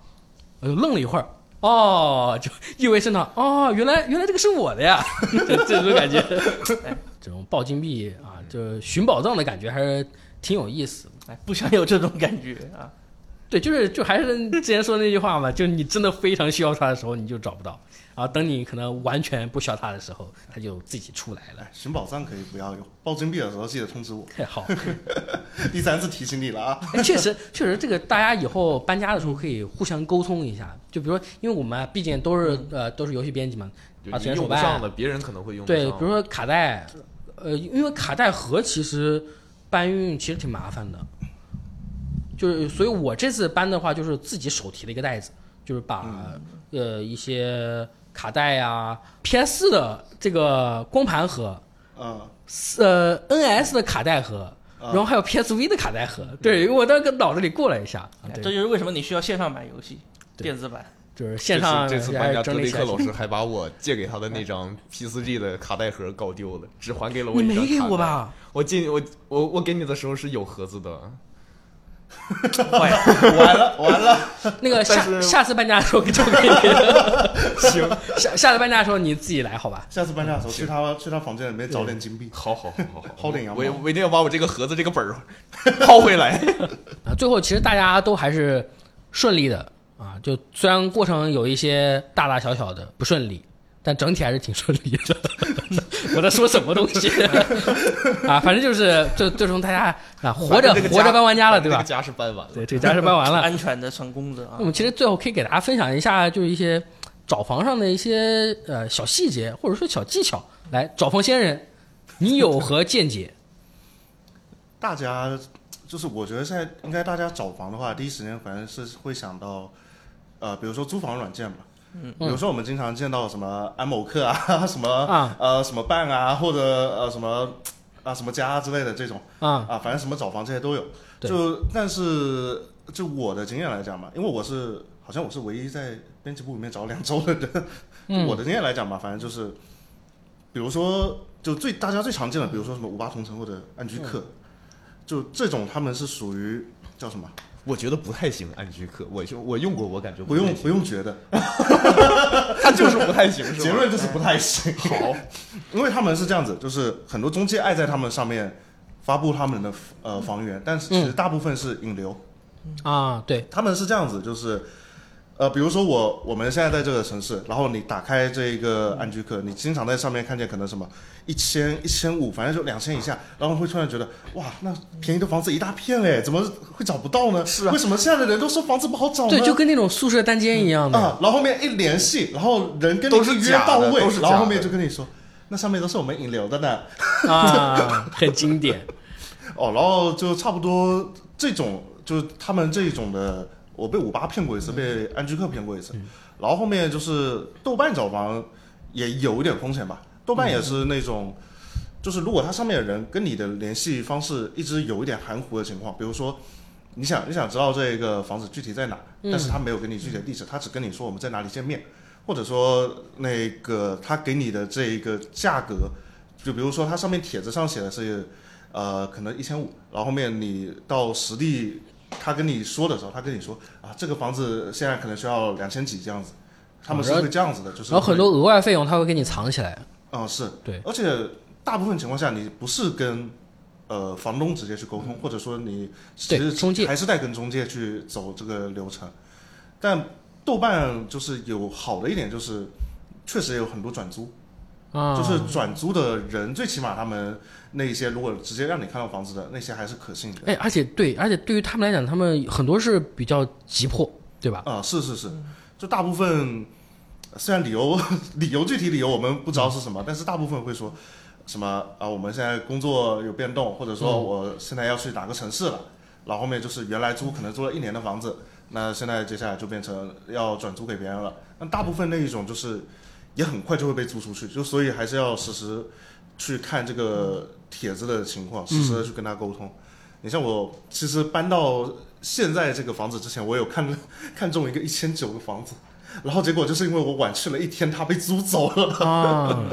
我就愣了一会儿。哦，就意味深长。哦，原来原来这个是我的呀， 这这种感觉。这种抱金币啊，嗯就是寻宝藏的感觉，还是挺有意思的。哎，不想有这种感觉啊。对，就是就还 是之前说的那句话嘛，就你真的非常需要它的时候，你就找不到，啊，等你可能完全不需要它的时候，它就自己出来了。哎寻宝藏可以不要用，报金币的时候记得通知我。太 好，第三次提醒你了啊！哎确实确实，这个大家以后搬家的时候可以互相沟通一下，就比如说，因为我们啊毕竟都是呃都是游戏编辑嘛，就啊，嗯你选手用不办啊上的，别人可能会用得对，上比如说卡带，呃，因为卡带盒其实搬运其实挺麻烦的，就是所以我这次搬的话，就是自己手提了一个袋子，就是把、嗯呃一些卡带呀、PS 的这个光盘盒，嗯，呃 NS 的卡带盒。啊然后还有 PSV 的卡带盒，对，我当时脑子里过了一下，啊哎这对，就是为什么你需要线上买游戏，对电子版。就是线上这次这次搬家，德整理雷起克来。老师还把我借给他的那张 P 4 G 的卡带盒搞丢了，只还给了我你一张。没给我？吧？啊我进我我我给你的时候是有盒子的，坏了，完了完了，那个但下是下次搬家的时候交给你。 行，下下次搬家的时候你自己来好吧？下次搬家的时候去他去他房间里面找点金币。好好好好好，薅点羊毛我我一定要把我这个盒子这个本儿 薅回来。啊，最后其实大家都还是顺利的啊，就虽然过程有一些大大小小的不顺利，但整体还是挺顺利的。 我在说什么东西 啊？反正就是最最终大家啊活着反正这个活着搬完家了，对这吧个？家是搬完了，对，这个家是搬完了。安全的成功的啊那。我们其实最后可以给大家分享一下，就是一些找房上的一些呃小细节，或者说小技巧。来，找房仙人，你有何见解？ 大家就是我觉得现在应该大家找房的话，第一时间反正是会想到，呃，比如说租房软件嘛。嗯，比如说我们经常见到什么安某客啊，什么啊呃什么办啊，或者呃什么啊什么家之类的这种啊，啊，反正什么找房这些都有。对就但是就我的经验来讲嘛，因为我是好像我是唯一在编辑部里面找两周的人， 嗯我的经验来讲嘛，反正就是，比如说就最大家最常见的，比如说什么五八同城或者安居客，就这种他们是属于叫什么？我觉得不太行，安居客，我就我用过，我感觉不太用行不，用觉得，他就是不 太行，是吧 结论就是不太行。 好，因为他们是这样子，就是很多中介爱在他们上面发布他们的呃房源，但是其实大部分是引流。啊，对，他们是这样子，就是，呃，比如说我我们现在在这个城市，然后你打开这个安居客，你经常在上面看见可能什么一千、一千五，反正就两千以下，然后会突然觉得哇，那便宜的房子一大片哎，怎么会找不到呢？是啊，为什么现在的人都说房子不好找呢？对，就跟那种宿舍单间一样的。啊，然后后面一联系，然后人跟都你是约假的到位都是，然后后假的面就跟你说，那上面都是我们引流的呢。啊，很经典。哦，然后就差不多这种，就是他们这种的，我被五八骗过一次，被安居客骗过一次，然后后面就是豆瓣找房也有一点风险吧，豆瓣也是那种。就是如果它上面的人跟你的联系方式一直有一点含糊的情况，比如说，你想你想知道这个房子具体在哪，嗯但是他没有给你具体的地址，他只跟你说我们在哪里见面，或者说那个他给你的这个价格，就比如说它上面帖子上写的是，呃，可能一千五，然后后面你到实地他跟你说的时候，他跟你说啊，这个房子现在可能需要两千几这样子，他们是然后会这样子的，就是 然后很多额外费用他会给你藏起来。嗯，是对而且大部分情况下，你不是跟呃房东直接去沟通，或者说你其嗯对实中介还是在跟中介去走这个流程。但豆瓣就是有好的一点，就是确实有很多转租，啊，就是转租的人，最起码他们那些如果直接让你看到房子的那些还是可信的。哎，而且对，而且对于他们来讲，他们很多是比较急迫，对吧？啊、是是是，就大部分虽然理由 理由具体理由我们不知道是什么，但是大部分会说什么啊，我们现在工作有变动，或者说嗯我现在要去哪个城市了，然后后面就是原来租可能租了一年的房子，那现在接下来就变成要转租给别人了。那大部分那一种就是也很快就会被租出去，就所以还是要实时去看这个帖子的情况，实时嗯的去跟他沟通。你像我，其实搬到现在这个房子之前，我有看看中一个一千九的房子，然后结果就是因为我晚去了一天，它被租走了，啊，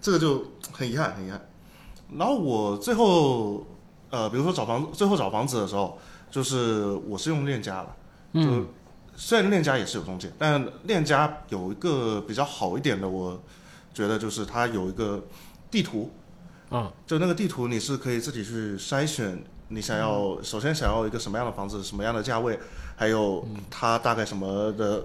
这个就很遗憾，很遗憾。然后我最后，呃，比如说找房，最后找房子的时候，就是我是用链家了，就嗯虽然链家也是有中介，但链家有一个比较好一点的，我觉得就是它有一个地图，啊，就那个地图，你是可以自己去筛选你想要，首先想要一个什么样的房子，什么样的价位，还有它大概什么的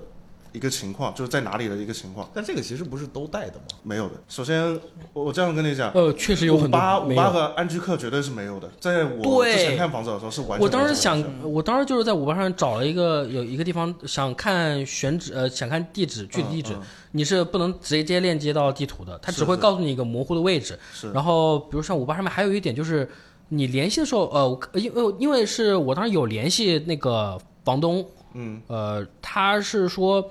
一个情况，就是在哪里的一个情况，但这个其实不是都带的嘛，没有的。首先，我我这样跟你讲，呃，确实有五很多八没五有八和安居客绝对是没有的，在我对之前看房子的时候是完全没有我这个当时想选项，我当时就是在五八上找了一个有一个地方想看选址，呃，想看地址具体地址，你是不能直接链接到地图的，它只是会嗯是告诉你一个模糊的位置。是然后比如像五八上面还有一点就是，你联系的时候，呃，我因为因为是我当时有联系那个房东，嗯，呃，他是说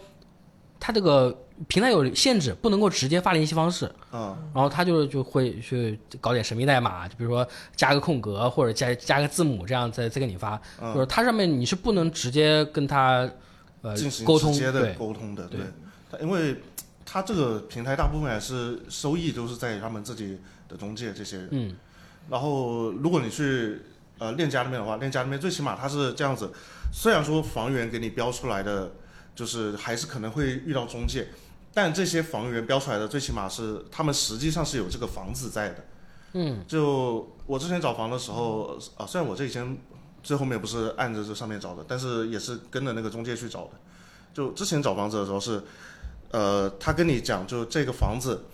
他这个平台有限制，不能够直接发联系方式。啊、然后他就就会去搞点神秘代码，就比如说加个空格或者加加个字母，这样再再给你发。嗯就是它上面你是不能直接跟他呃进行沟直通，接的对沟通的，对对，它因为它这个平台大部分还是收益都是在于他们自己的中介这些人。嗯然后如果你去呃链家那边的话，链家那边最起码它是这样子，虽然说房源给你标出来的，就是还是可能会遇到中介，但这些房源标出来的最起码是他们实际上是有这个房子在的。嗯，就我之前找房的时候，啊，虽然我这以前最后面不是按着这上面找的，但是也是跟着那个中介去找的。就之前找房子的时候是，呃，他跟你讲，就这个房子，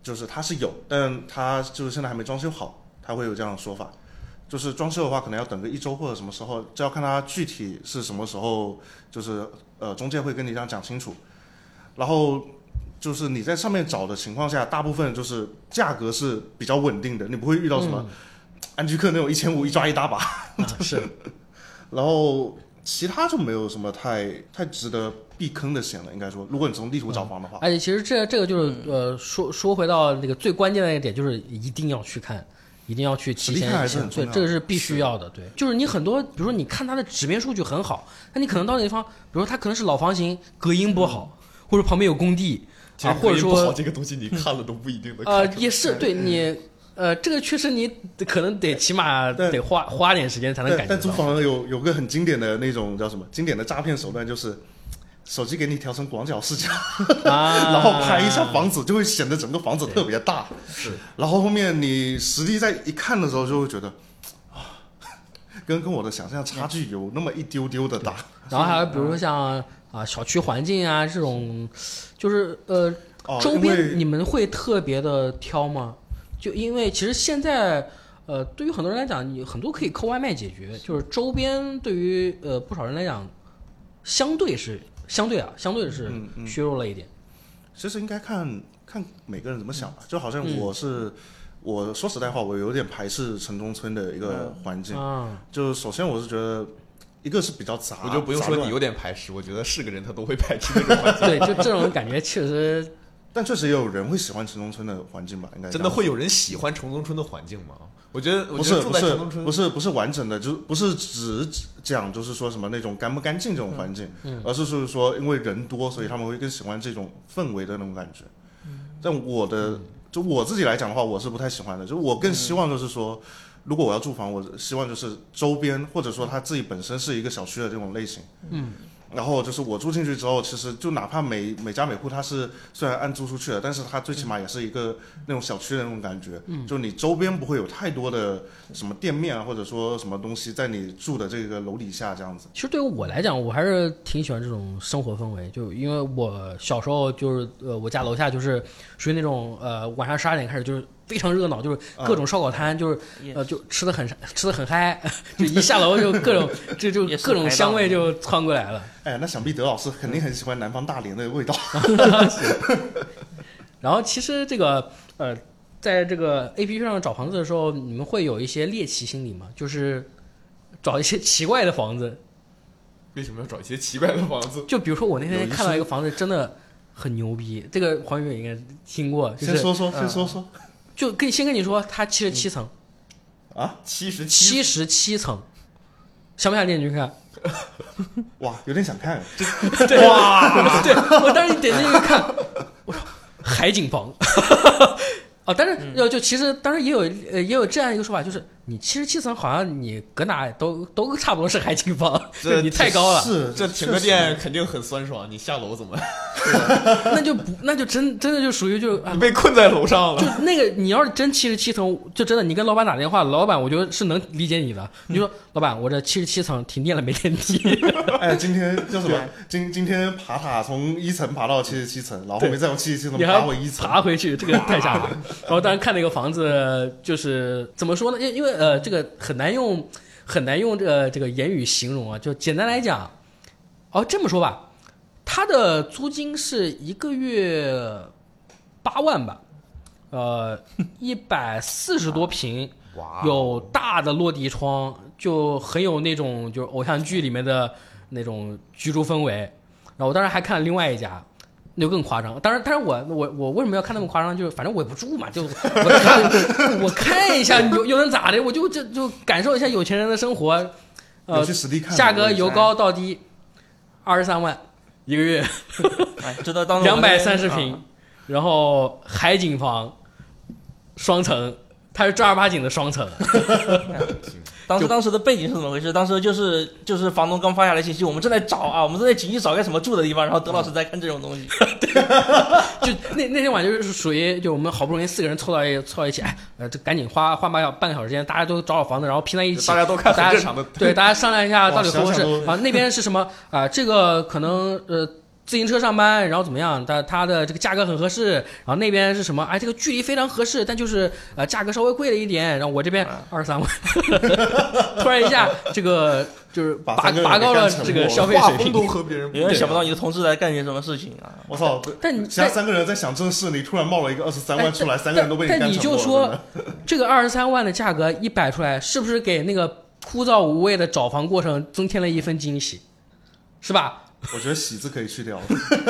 就是他是有，但他就是现在还没装修好，他会有这样的说法。就是装修的话，可能要等个一周或者什么时候，这要看他具体是什么时候，就是呃中介会跟你这样讲清楚。然后就是你在上面找的情况下，大部分就是价格是比较稳定的，你不会遇到什么安居客那种一千五一抓一大把。嗯啊是，然后 其他就没有什么太太值得避坑的险了，应该说，如果你从地图找房的话，而且哎其实这这个就是呃，说说回到那个最关键的一个点，就是一定要去看，一定要去提实地前看还是很重对要，的这个是必须要的。对，就是你很多，比如说你看它的纸面数据很好，那你可能到那地方，比如说它可能是老房型，隔音不嗯好，或者旁边有工地其啊实，或者隔音不好说这个东西你看了都不一定能 看呃出来也是对嗯你呃这个确实你可能得起码但得花花点时间才能但感觉但租到。房有有个很经典的那种叫什么经典的诈骗手段，就是手机给你调成广角视角，啊 然后拍一下房子，就会显得整个房子特别大。是，然后后面你实际在一看的时候，就会觉得啊，跟跟我的想象差距有那么一丢丢的大。然后还有比嗯如说像啊小区环境啊这种，就是呃哦，周因为边你们会特别的挑吗？就因为其实现在，呃，对于很多人来讲，你很多可以靠外卖解决，就是周边对于呃不少人来讲，相对是相对啊，相对嗯是削弱了一点。其实应该看看每个人怎么想吧。就好嗯像我是，我说实在话，我有点排斥城中村的一个环境。啊，就首先我是觉得，一个是比较杂，我就不用说你杂乱有点排斥，我觉得是个人他都会排斥那 种环境。对，就这种感觉确实，但确实也有人会喜欢城中村的环境吧？应该这真样的会有人喜欢城中村的环境吗？我觉得，我不觉是得住不在是城中村不是不是完整的，就是不是只讲就是说什么那种干不干净这种环境，嗯而是就是说因为人多，所以他们会更喜欢这种氛围的那种感觉。嗯但我的就我自己来讲的话，我是不太喜欢的，就我更希望就是说，如果我要住房，我希望就是周边或者说它自己本身是一个小区的这种类型。嗯然后就是我住进去之后，其实就哪怕每每家每户它是虽然按租出去了，但是它最起码也是一个那种小区的那种感觉，嗯就你周边不会有太多的什么店面啊，或者说什么东西在你住的这个楼底下这样子。其实对于我来讲，我还是挺喜欢这种生活氛围，就因为我小时候就是呃，我家楼下就是属于那种呃晚上十二点开始就是非常热闹，就是嗯各种烧烤摊，就是也呃，就吃的很吃的很嗨， 就一下楼就各种这就也是各种香味就窜过来了。哎，那想必德老师肯定很喜欢南方大连的味道。然后其实这个呃，在这个 A P P 上找房子的时候，你们会有一些猎奇心理吗？就是找一些奇怪的房子，为什么要找一些奇怪的房子？就比如说我那有天一看到一个房子真的很牛逼，这个黄宇应该听过， 就先是嗯说嗯说，先说说就跟先跟你说，它七十七层，啊，七十七七十七层，想不想进去看？哇，有点想看。对哇， 对我当时点进去看，我说海景房。 哦，但嗯是要就其实当时也有呃也有这样一个说法，就是你七十七层好像你搁哪都都差不多是海景房，这 就你太高了，是，这确停个实电肯定很酸爽，你下楼怎么？ 那就不那就真真的就属于就啊你，被困在楼 上了。那个你要是真七十七层，就真的你跟老板打电话，老板我觉得是能理解你的，你就说老板我这七十七层停电了没电梯，哎，今天叫什么？今今天爬塔从一层爬到七十七层，然后后面再从七十七层你还爬回一层。爬回去，这个太吓人了。然后当时看那个房子，就是怎么说呢？因因为呃，这个很难用很难用这个这个言语形容啊。就简单来讲，哦，这么说吧，它的租金是一个月八万吧，呃，一百四十多平。哇有大的落地窗，就很有那种就是偶像剧里面的那种居住氛围。然后我当时还看了另外一家，那就更夸张。当然，但是我我我为什么要看那么夸张？就是反正我也不住嘛，就我 看我看一下又又能咋的？我就就就感受一下有钱人的生活。有呃去，实地看吗，价格有由高到低，二十三万一个月。哎，这都当两百三十啊平，然后海景房，双层，它是正儿八经的双层，当时就当时的背景是怎么回事？当时就是就是房东刚发下来信息，我们正在找啊，我们正在紧急找该什么住的地方，然后德老师在看这种东西，嗯就那那天晚上就是属于就我们好不容易四个人凑到一凑到一起，哎，呃，这赶紧花花半小半个小时时间，大家都找找房子，然后拼在一起，大家都看大家很正常 的，对，大家商量一下哇到底合不合适想想啊？那边是什 么啊？这个可能呃自行车上班，然后怎么样？但它的这个价格很合适。然后那边是什么？哎，这个距离非常合适，但就是呃价格稍微贵了一点。然后我这边啊二三万， 突然一下这个就是拔把三个人拔高给了干沉这个默消费画水风平。都和别人不一永样啊远想不到你的同事在干些什么事情啊。我操！但你其他三个人在想正事，你突然冒了一个二十三哎万出来，但三个人都被你但干你沉就默了说真的这个二十三万的价格一摆出来，是不是给那个枯燥无味的找房过程增添了一份惊喜？是吧？我觉得喜字可以去掉。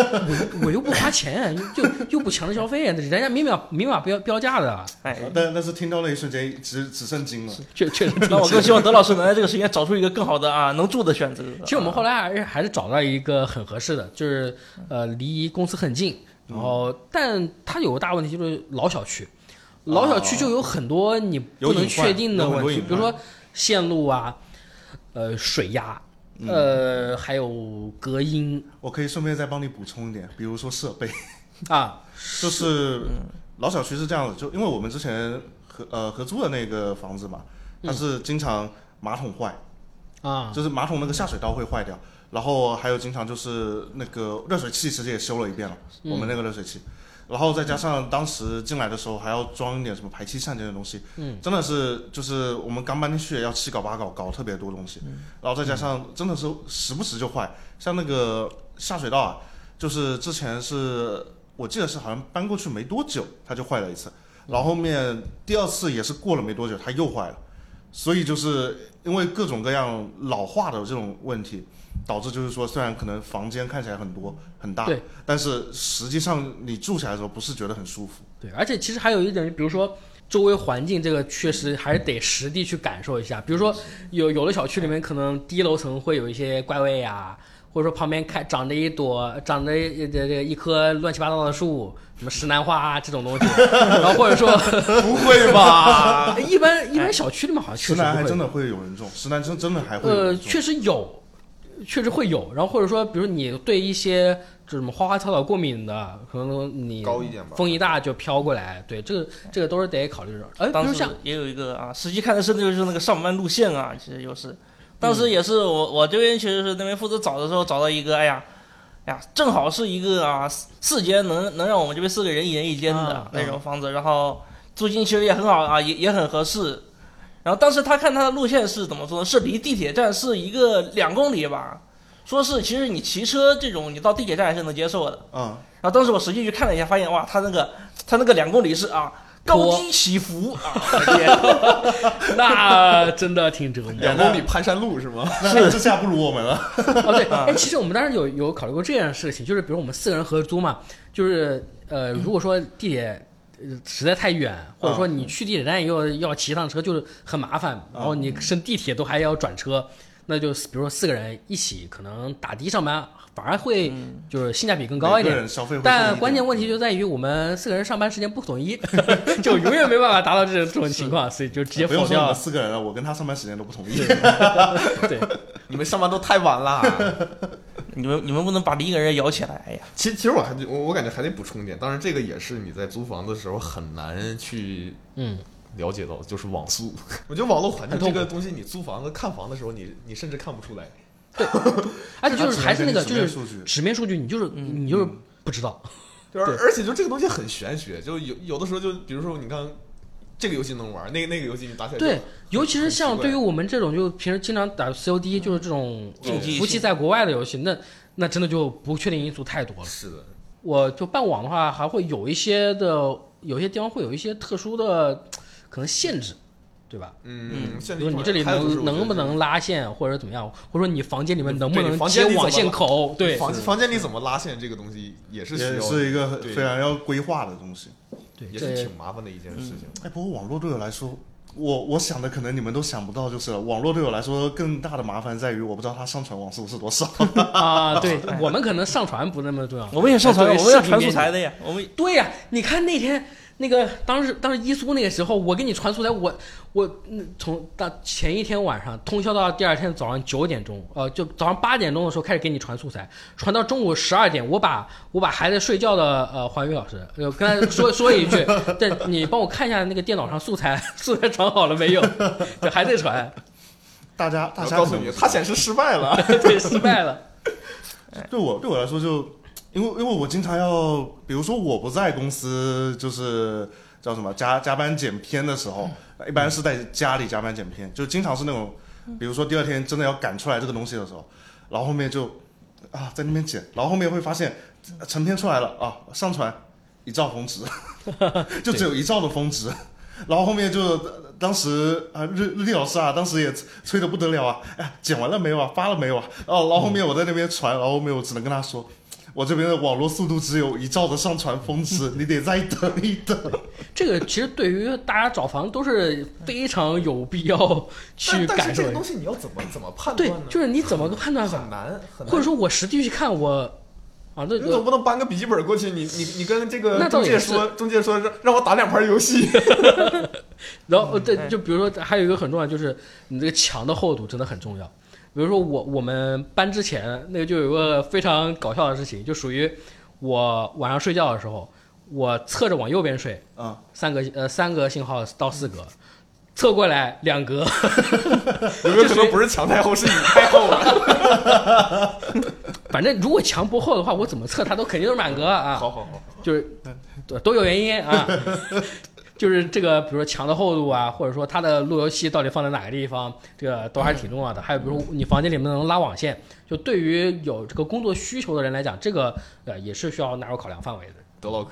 我又不花钱，又又又不强制消费，啊人家明码明码标标价的，啊哎， 但但是听到那一瞬间，只只剩惊了。确确实。那我更希望德老师能在这个时间找出一个更好的啊能住的选择。 其实我们后来还是还是找到一个很合适的，就是嗯呃离公司很近，然后但它有个大问题就是老小区，老小区就有很多你不哦有能隐患确定的有很问多题，隐比如说线路啊，呃水压，嗯呃还有隔音我可以顺便再帮你补充一点，比如说设备，啊，就是老小区是这样的，就因为我们之前合呃合租的那个房子嘛，它是经常马桶坏，啊，就是马桶那个下水道会坏掉，然后还有经常就是那个热水器其实也修了一遍了，我们那个热水器，然后再加上当时进来的时候还要装一点什么排气扇这些东西，嗯，真的是就是我们刚搬进去也要七搞八搞，搞特别多东西，然后再加上真的是时不时就坏，像那个下水道啊，就是之前是我记得是好像搬过去没多久它就坏了一次，然后后面第二次也是过了没多久它又坏了。所以就是因为各种各样老化的这种问题，导致就是说，虽然可能房间看起来很多很大对，但是实际上你住起来的时候不是觉得很舒服。对，而且其实还有一点，比如说周围环境这个确实还是得实地去感受一下。比如说有有的小区里面可能低楼层会有一些怪味啊，或者说旁边开长着一朵长着一这这一棵乱七八糟的树，什么石楠花、啊、这种东西， 然后或者 说不会吧？哎一般一般小区里面好像确石实南还不真会，的会有人中，石南真真的还会有呃，人中。确实有，确实会有。然后或者说，比如你对一些这什么花花草草过敏的，可能你高一点吧风一大就飘过来，对，这个这个都是得考虑着。哎，比当如时像。也有一个啊，实际看的深的就是那个上班路线啊，其实就是，当嗯时也是我我这边其实是那边负责找的时候找到一个，哎呀，哎呀，正好是一个啊四四间能能让我们这边四个人一人一间的啊那种房子，然后租金其实也很好啊，也也很合适。然后当时他看他的路线是怎么说呢？是离地铁站是一个两公里吧，说是其实你骑车这种你到地铁站还是能接受的，呃嗯，然后当时我实际去看了一下，发现哇，他那个他那个两公里是啊高坡低起伏啊，我天 那真的挺折磨。 两公里攀山路是吗？那这下不如我们 了。哦，对，啊哎，其实我们当时有有考虑过这件事情，就是比如我们四个人合租嘛，就是呃，如果说地铁。呃实在太远，或啊者说你去地铁站又要骑趟车，就是很麻烦。然后你升地铁都还要转车，那就比如说四个人一起，可能打的上班反而会就是性价比更高一嗯每个点。人消费会低一但点关键问题就在于我们四个人上班时间不统一， 就永远没办法达到这种这种情况，所以就直接哎不用否说我掉们了。四个人了，我跟他上班时间都不同意。 对， 你们上班都太晚了。 你们你们不能把另一个人摇起来，哎呀， 其实，其实我还得我我感觉还得补充一点，当然这个也是你在租房的时候很难去嗯，了解到的，就是网速。我觉得网络环境很痛这苦个东西，你租房子看房的时候，你你甚至看不出来。而且哎就是它只能还是那个给你就纸面是数据嗯纸面数据，你就是你就是不知道。对，而而且就这个东西很玄学，就有有的时候就比如说你看这个游戏能玩，那个那个游戏你打起来就对，尤其是像很奇怪嗯对于我们这种就平时经常打 COD，就是这种竞技服务器性在国外的游戏，那那真的就不确定因素太多了。是的，我就办网的话，还会有一些的，有些地方会有一些特殊的可能限制，对吧？嗯，现比在如你这里还有就是能我觉得能不能拉线，或者怎么样，或者说你房间里面能不对你能房接间里网怎么线拉口？对，房房间里怎么拉线这个东西也是需也要，是一个对非常要规划的东西。对，嗯也这是挺麻烦的一件事情。哎，不过网络对我来说，我我想的可能你们都想不到，就是了网络对我来说更大的麻烦在于，我不知道它上传网速是多少。 啊，对我们可能上传不那么重要，我们也上传，对我们视要频传面积素材的呀，我们对呀、你看那天那个当时当时伊苏那个时候，我给你传素材，我我嗯从大前一天晚上通宵到第二天早上九点钟，呃，就早上八点钟的时候开始给你传素材，传到中午十二点，我把我把还在睡觉的呃黄宇老师，呃跟他说说一句，对你帮我看一下那个电脑上素材素材传好了没有？就还在传， 大家大我家告诉可能你，不知他道显示失败了。对，失败了。对我对我来说就，因为因为我经常要，比如说我不在公司，就是叫什么加加班剪片的时候，呃一般是在家里加班剪片，就经常是那种，比如说第二天真的要赶出来这个东西的时候，然后后面就啊在那边剪，然后后面会发现呃成片出来了啊上传一兆峰值， 就只有一兆的峰值。然后后面就呃当时啊，日日历老师啊，当时也催的不得了啊，哎，剪完了没有啊？发了没有啊？哦，然后后面我在那边传，然后后面我只能跟他说，我这边的网络速度只有一兆的上传峰值，你得再等一等。这个其实对于大家找房都是非常有必要去但但感是受的这个东。西你要怎么怎么判对断呢？，就是你怎么个判断法很？难，很难。或者说我实地去看我啊，那你总不能搬个笔记本过去，你你你跟这个那倒中也介是说，中介说让让我打两盘 游戏，然后呃对，哎就比如说还有一个很重要，就是你这个墙的厚度真的很重要。比如说我我们搬之前，那个就有个非常搞笑的事情，就属于我晚上睡觉的时候，我侧着往右边睡，啊、三格呃三格信号到四格，侧过来两格， 有没有可能不是墙太厚，是你太厚了？ 反正如果墙不厚的话，我怎么测它都肯定都是满格啊。好好好，就是都都有原因啊， 就是这个，比如说墙的厚度啊，或者说它的路由器到底放在哪个地方，这个都还是挺重要的。还有比如你房间里面能拉网线，就对于有这个工作需求的人来讲，这个呃也是需要纳入考量范围的。德老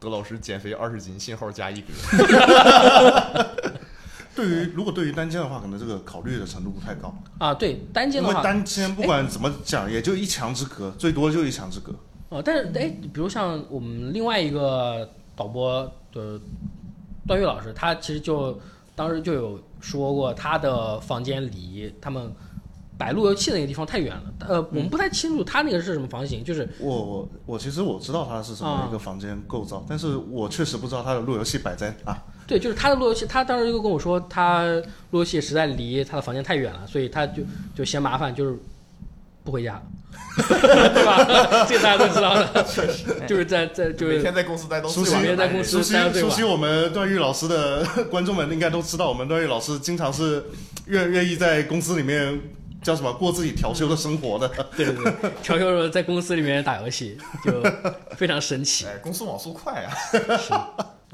德老师减肥二十斤，信号加一格。对于如果对于单间的话，可能这个考虑的程度不太高，啊，对单间因的为话，单间不管怎么讲，也就一墙之隔，最多就一墙之隔。哦，但是哎，比如像我们另外一个导播的段誉老师，他其实就当时就有说过，他的房间离他们摆路由器那个地方太远了。呃，我们不太清楚他那个是什么房型，就是我我我其实我知道它是什么一个房间构造，但是我确实不知道它的路由器摆在哪。对，就是他的路由器，他当时就跟我说，他路由器实在离他的房间太远了，所以他就就嫌麻烦，就是不回家， 对吧？这大家都知道的，就是在在就每是天在公司待到熟最悉晚每的天在公男人司熟悉待到最熟晚悉我们段誉老师的 观众们应该都知道，我们段誉老师经常是愿愿意在公司里面叫什么过自己调休的生活的。 对对对，调休时在公司里面打游戏，就非常神奇。哎，公司网速快啊！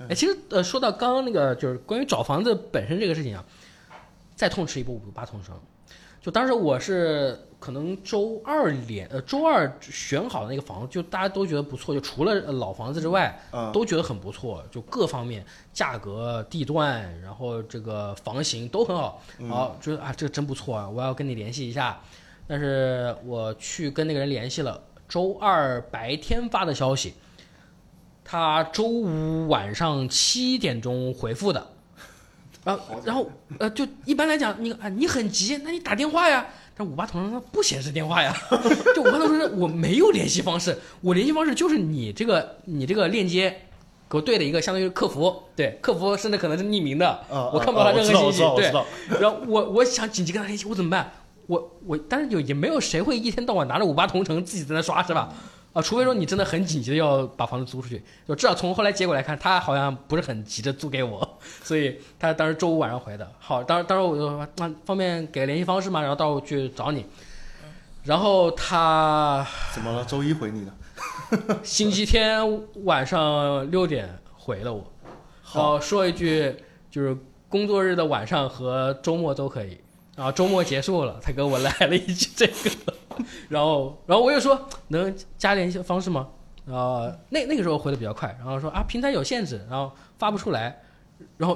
哎，其实呃，说到刚刚那个，就是关于找房子本身这个事情啊，再痛斥一波五毒八痛伤。就当时我是可能周二连呃周二选好的那个房子，就大家都觉得不错，就除了呃老房子之外，嗯都觉得很不错，就各方面价格、地段，然后这个房型都很好，然后觉得啊这个真不错啊，我要跟你联系一下。但是我去跟那个人联系了，周二白天发的消息，他周五晚上七点钟回复的，啊，然后呃，就一般来讲，你啊你很急，那你打电话呀。但五八同城它不显示电话呀， 就五八同城我没有联系方式，我联系方式就是你这个你这个链接给我对了一个相当于客服，对客服甚至可能是匿名的，啊，我看不到他啊任何信息，我对知道，我知道，然后我我想紧急跟他联系，我怎么办？我我，但是就也没有谁会一天到晚拿着五八同城自己在那刷是吧？啊，除非说你真的很紧急的要把房子租出去，就至少从后来结果来看，他好像不是很急着租给我，所以他当时周五晚上回的。好，当时当时我就说，那方便给联系方式吗？然后到时候去找你。然后他怎么了？周一回你的，星期天晚上六点回了我，然后说一句就是工作日的晚上和周末都可以，然后周末结束了，他给我来了一句这个， 然后然后我又说能加联系方式吗？然后那那个时候回的比较快，然后说啊平台有限制，然后发不出来，然后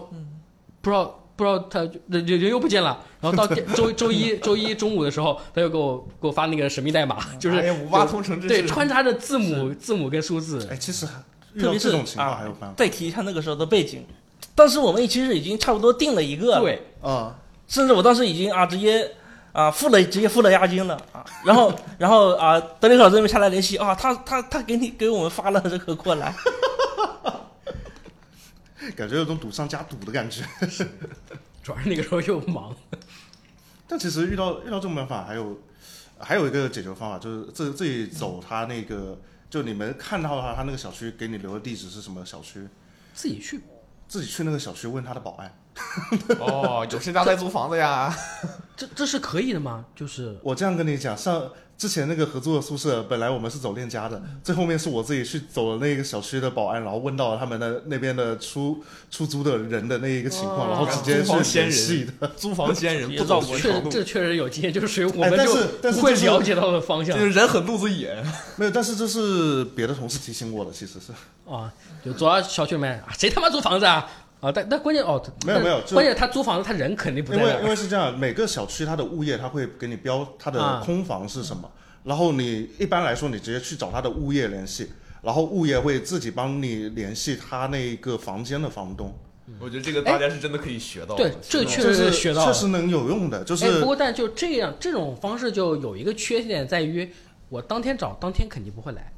不知道。不知道他就人人人又不见了，然后到第周周一周一中午的时候，他又给我给我发那个神秘代码，就是哎呀五八同城真对，是穿插着字母、字母跟数字。哎，其实遇特到别是这种情况啊还有办再提一下那个时候的背景，当时我们其实已经差不多定了一个了，对，法啊？甚至我当时已经啊直接啊付了直接付了押金了啊，然后 然后啊德林老师那边下来联系啊，他他他给你给我们发了这个过来， 感觉有种赌上加赌的感觉。主要是那个时候又忙，但其实遇到遇到这种办法，还有还有一个解决方法，就是自自己走他那个，就你们看到他他那个小区给你留的地址是什么小区，自己去。自己去那个小区问他的保安。哦，有谁家在租房子呀？这这是可以的吗？就是我这样跟你讲，上之前那个合租的宿舍，本来我们是走链家的，最后面是我自己去走了那个小区的保安，然后问到了他们的 那边的出出租的人的那一个情况，哦然后直接租房去仙联系人的。，租房仙人不不走走寻寻确常实路，这确实有经验，就是我哎们但就是但是会就是了解到的方向就是人狠路子野。没有，但是这是别的同事提醒我的，其实是啊，就走到小区里面，啊谁他妈租房子啊？啊，但但关键哦，没有但没有就关键他租房子，他人肯定不因在那为因儿。为是这样，每个小区它的物业它会给你标它的啊空房是什么，然后你一般来说你直接去找它的物业联系，然后物业会自己帮你联系他那个房间的房东。我觉得这个大家是真的可以学到的。对这真的确这实是学到了确实能有用的，就哎，是不过但就这样这种方式就有一个缺点在于，我当天找当天肯定不会来，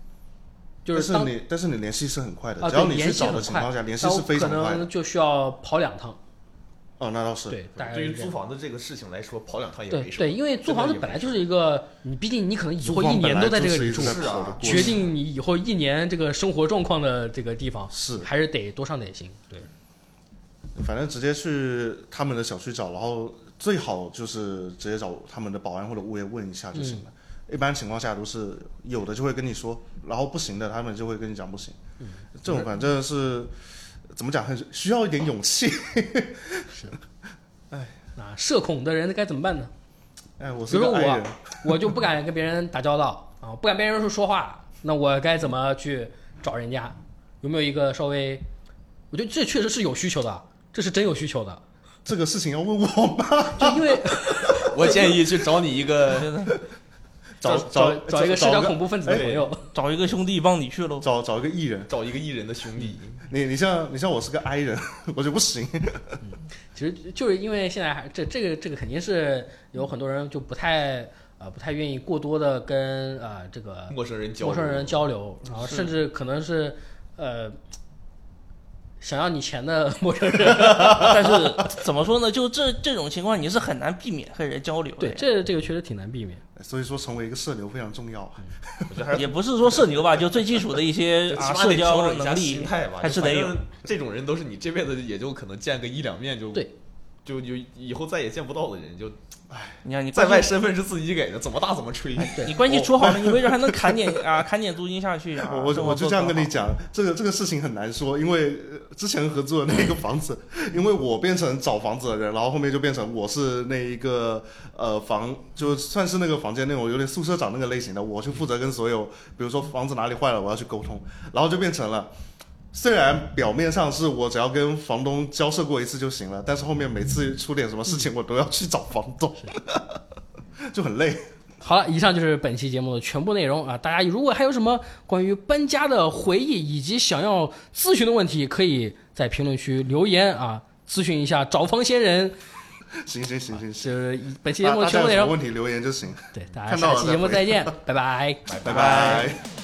就但是是当你但是你联系是很快的，啊只要对你去联系找很的情况快下，，联系然后是非常可快的能。就需要跑两趟，哦，那倒是。对，大概对于是这租样房子这个事情来说，跑两趟也对没什么。对，因为租房子真的也没本来就是一个，你毕竟你可能以后一租房本年来都在这就个是里一住个，住在跑的过程啊决定你以后一年这个生活状况的这个地方是还是得多上点心。对，反正直接去他们的小区找，然后最好就是直接找他们的保安或者物业问一下就行了。嗯一般情况下都是有的就会跟你说，然后不行的他们就会跟你讲不行。嗯这种反正是怎么讲，很需要一点勇气。那社恐的人该怎么办呢？哎，我比是如说个爱我人，，我就不敢跟别人打交道啊，不敢跟别人说说话，那我该怎么去找人家？有没有一个稍微？我觉得这确实是有需求的，这是真有需求的，这个事情要问我吗？就因为我建议去找你一个找找找一个社交个恐怖分子的哎朋友， 找一个兄弟帮你去喽。找找一个艺人。找一个艺人的兄弟，你你像你像我是个 I 人， 我就不行。其实就是因为现在还这这个这个肯定是有很多人就不太呃不太愿意过多的跟呃这个陌生人交流，陌生人交流，然后甚至可能是呃想要你钱的 陌生人。 但是怎么说呢？就这这种情况，你是很难避免和人交流的对，。这这个确实挺难避免。所以说，成为一个社牛非常重要。我觉得还是 也不是说社牛吧，就最基础的一些就啊起码社得调交整一下能心力态吧，还是得有就反。正这种人都是你这辈子也就可能见个一两面就对，就就以后再也见不到的人，就你看你在关外系，身份是自己给的，怎么打怎么吹。对你关系处好了，你没准还能砍点啊，砍点租金下去啊。我我生就活我就做这样更跟你好讲，这个这个事情很难说，因为呃之前合租的那个房子，因为我变成找房子的人，然后后面就变成我是那一个呃房，就算是那个房间那种有点宿舍长那个类型的，我去负责跟所有，比如说房子哪里坏了，我要去沟通，然后就变成了。虽然表面上是我只要跟房东交涉过一次就行了，但是后面每次出点什么事情，我都要去找 房东，就很累。好了，以上就是本期节目的全部内容啊！大家如果还有什么关于搬家的回忆以及想要咨询的问题，可以在评论区留言啊，咨询一下找房仙人。行行行行行，就是以本期节大目的大家全部有内什么容。问题留言就行，对，大家 看到下了期再节目回再见，拜拜。拜拜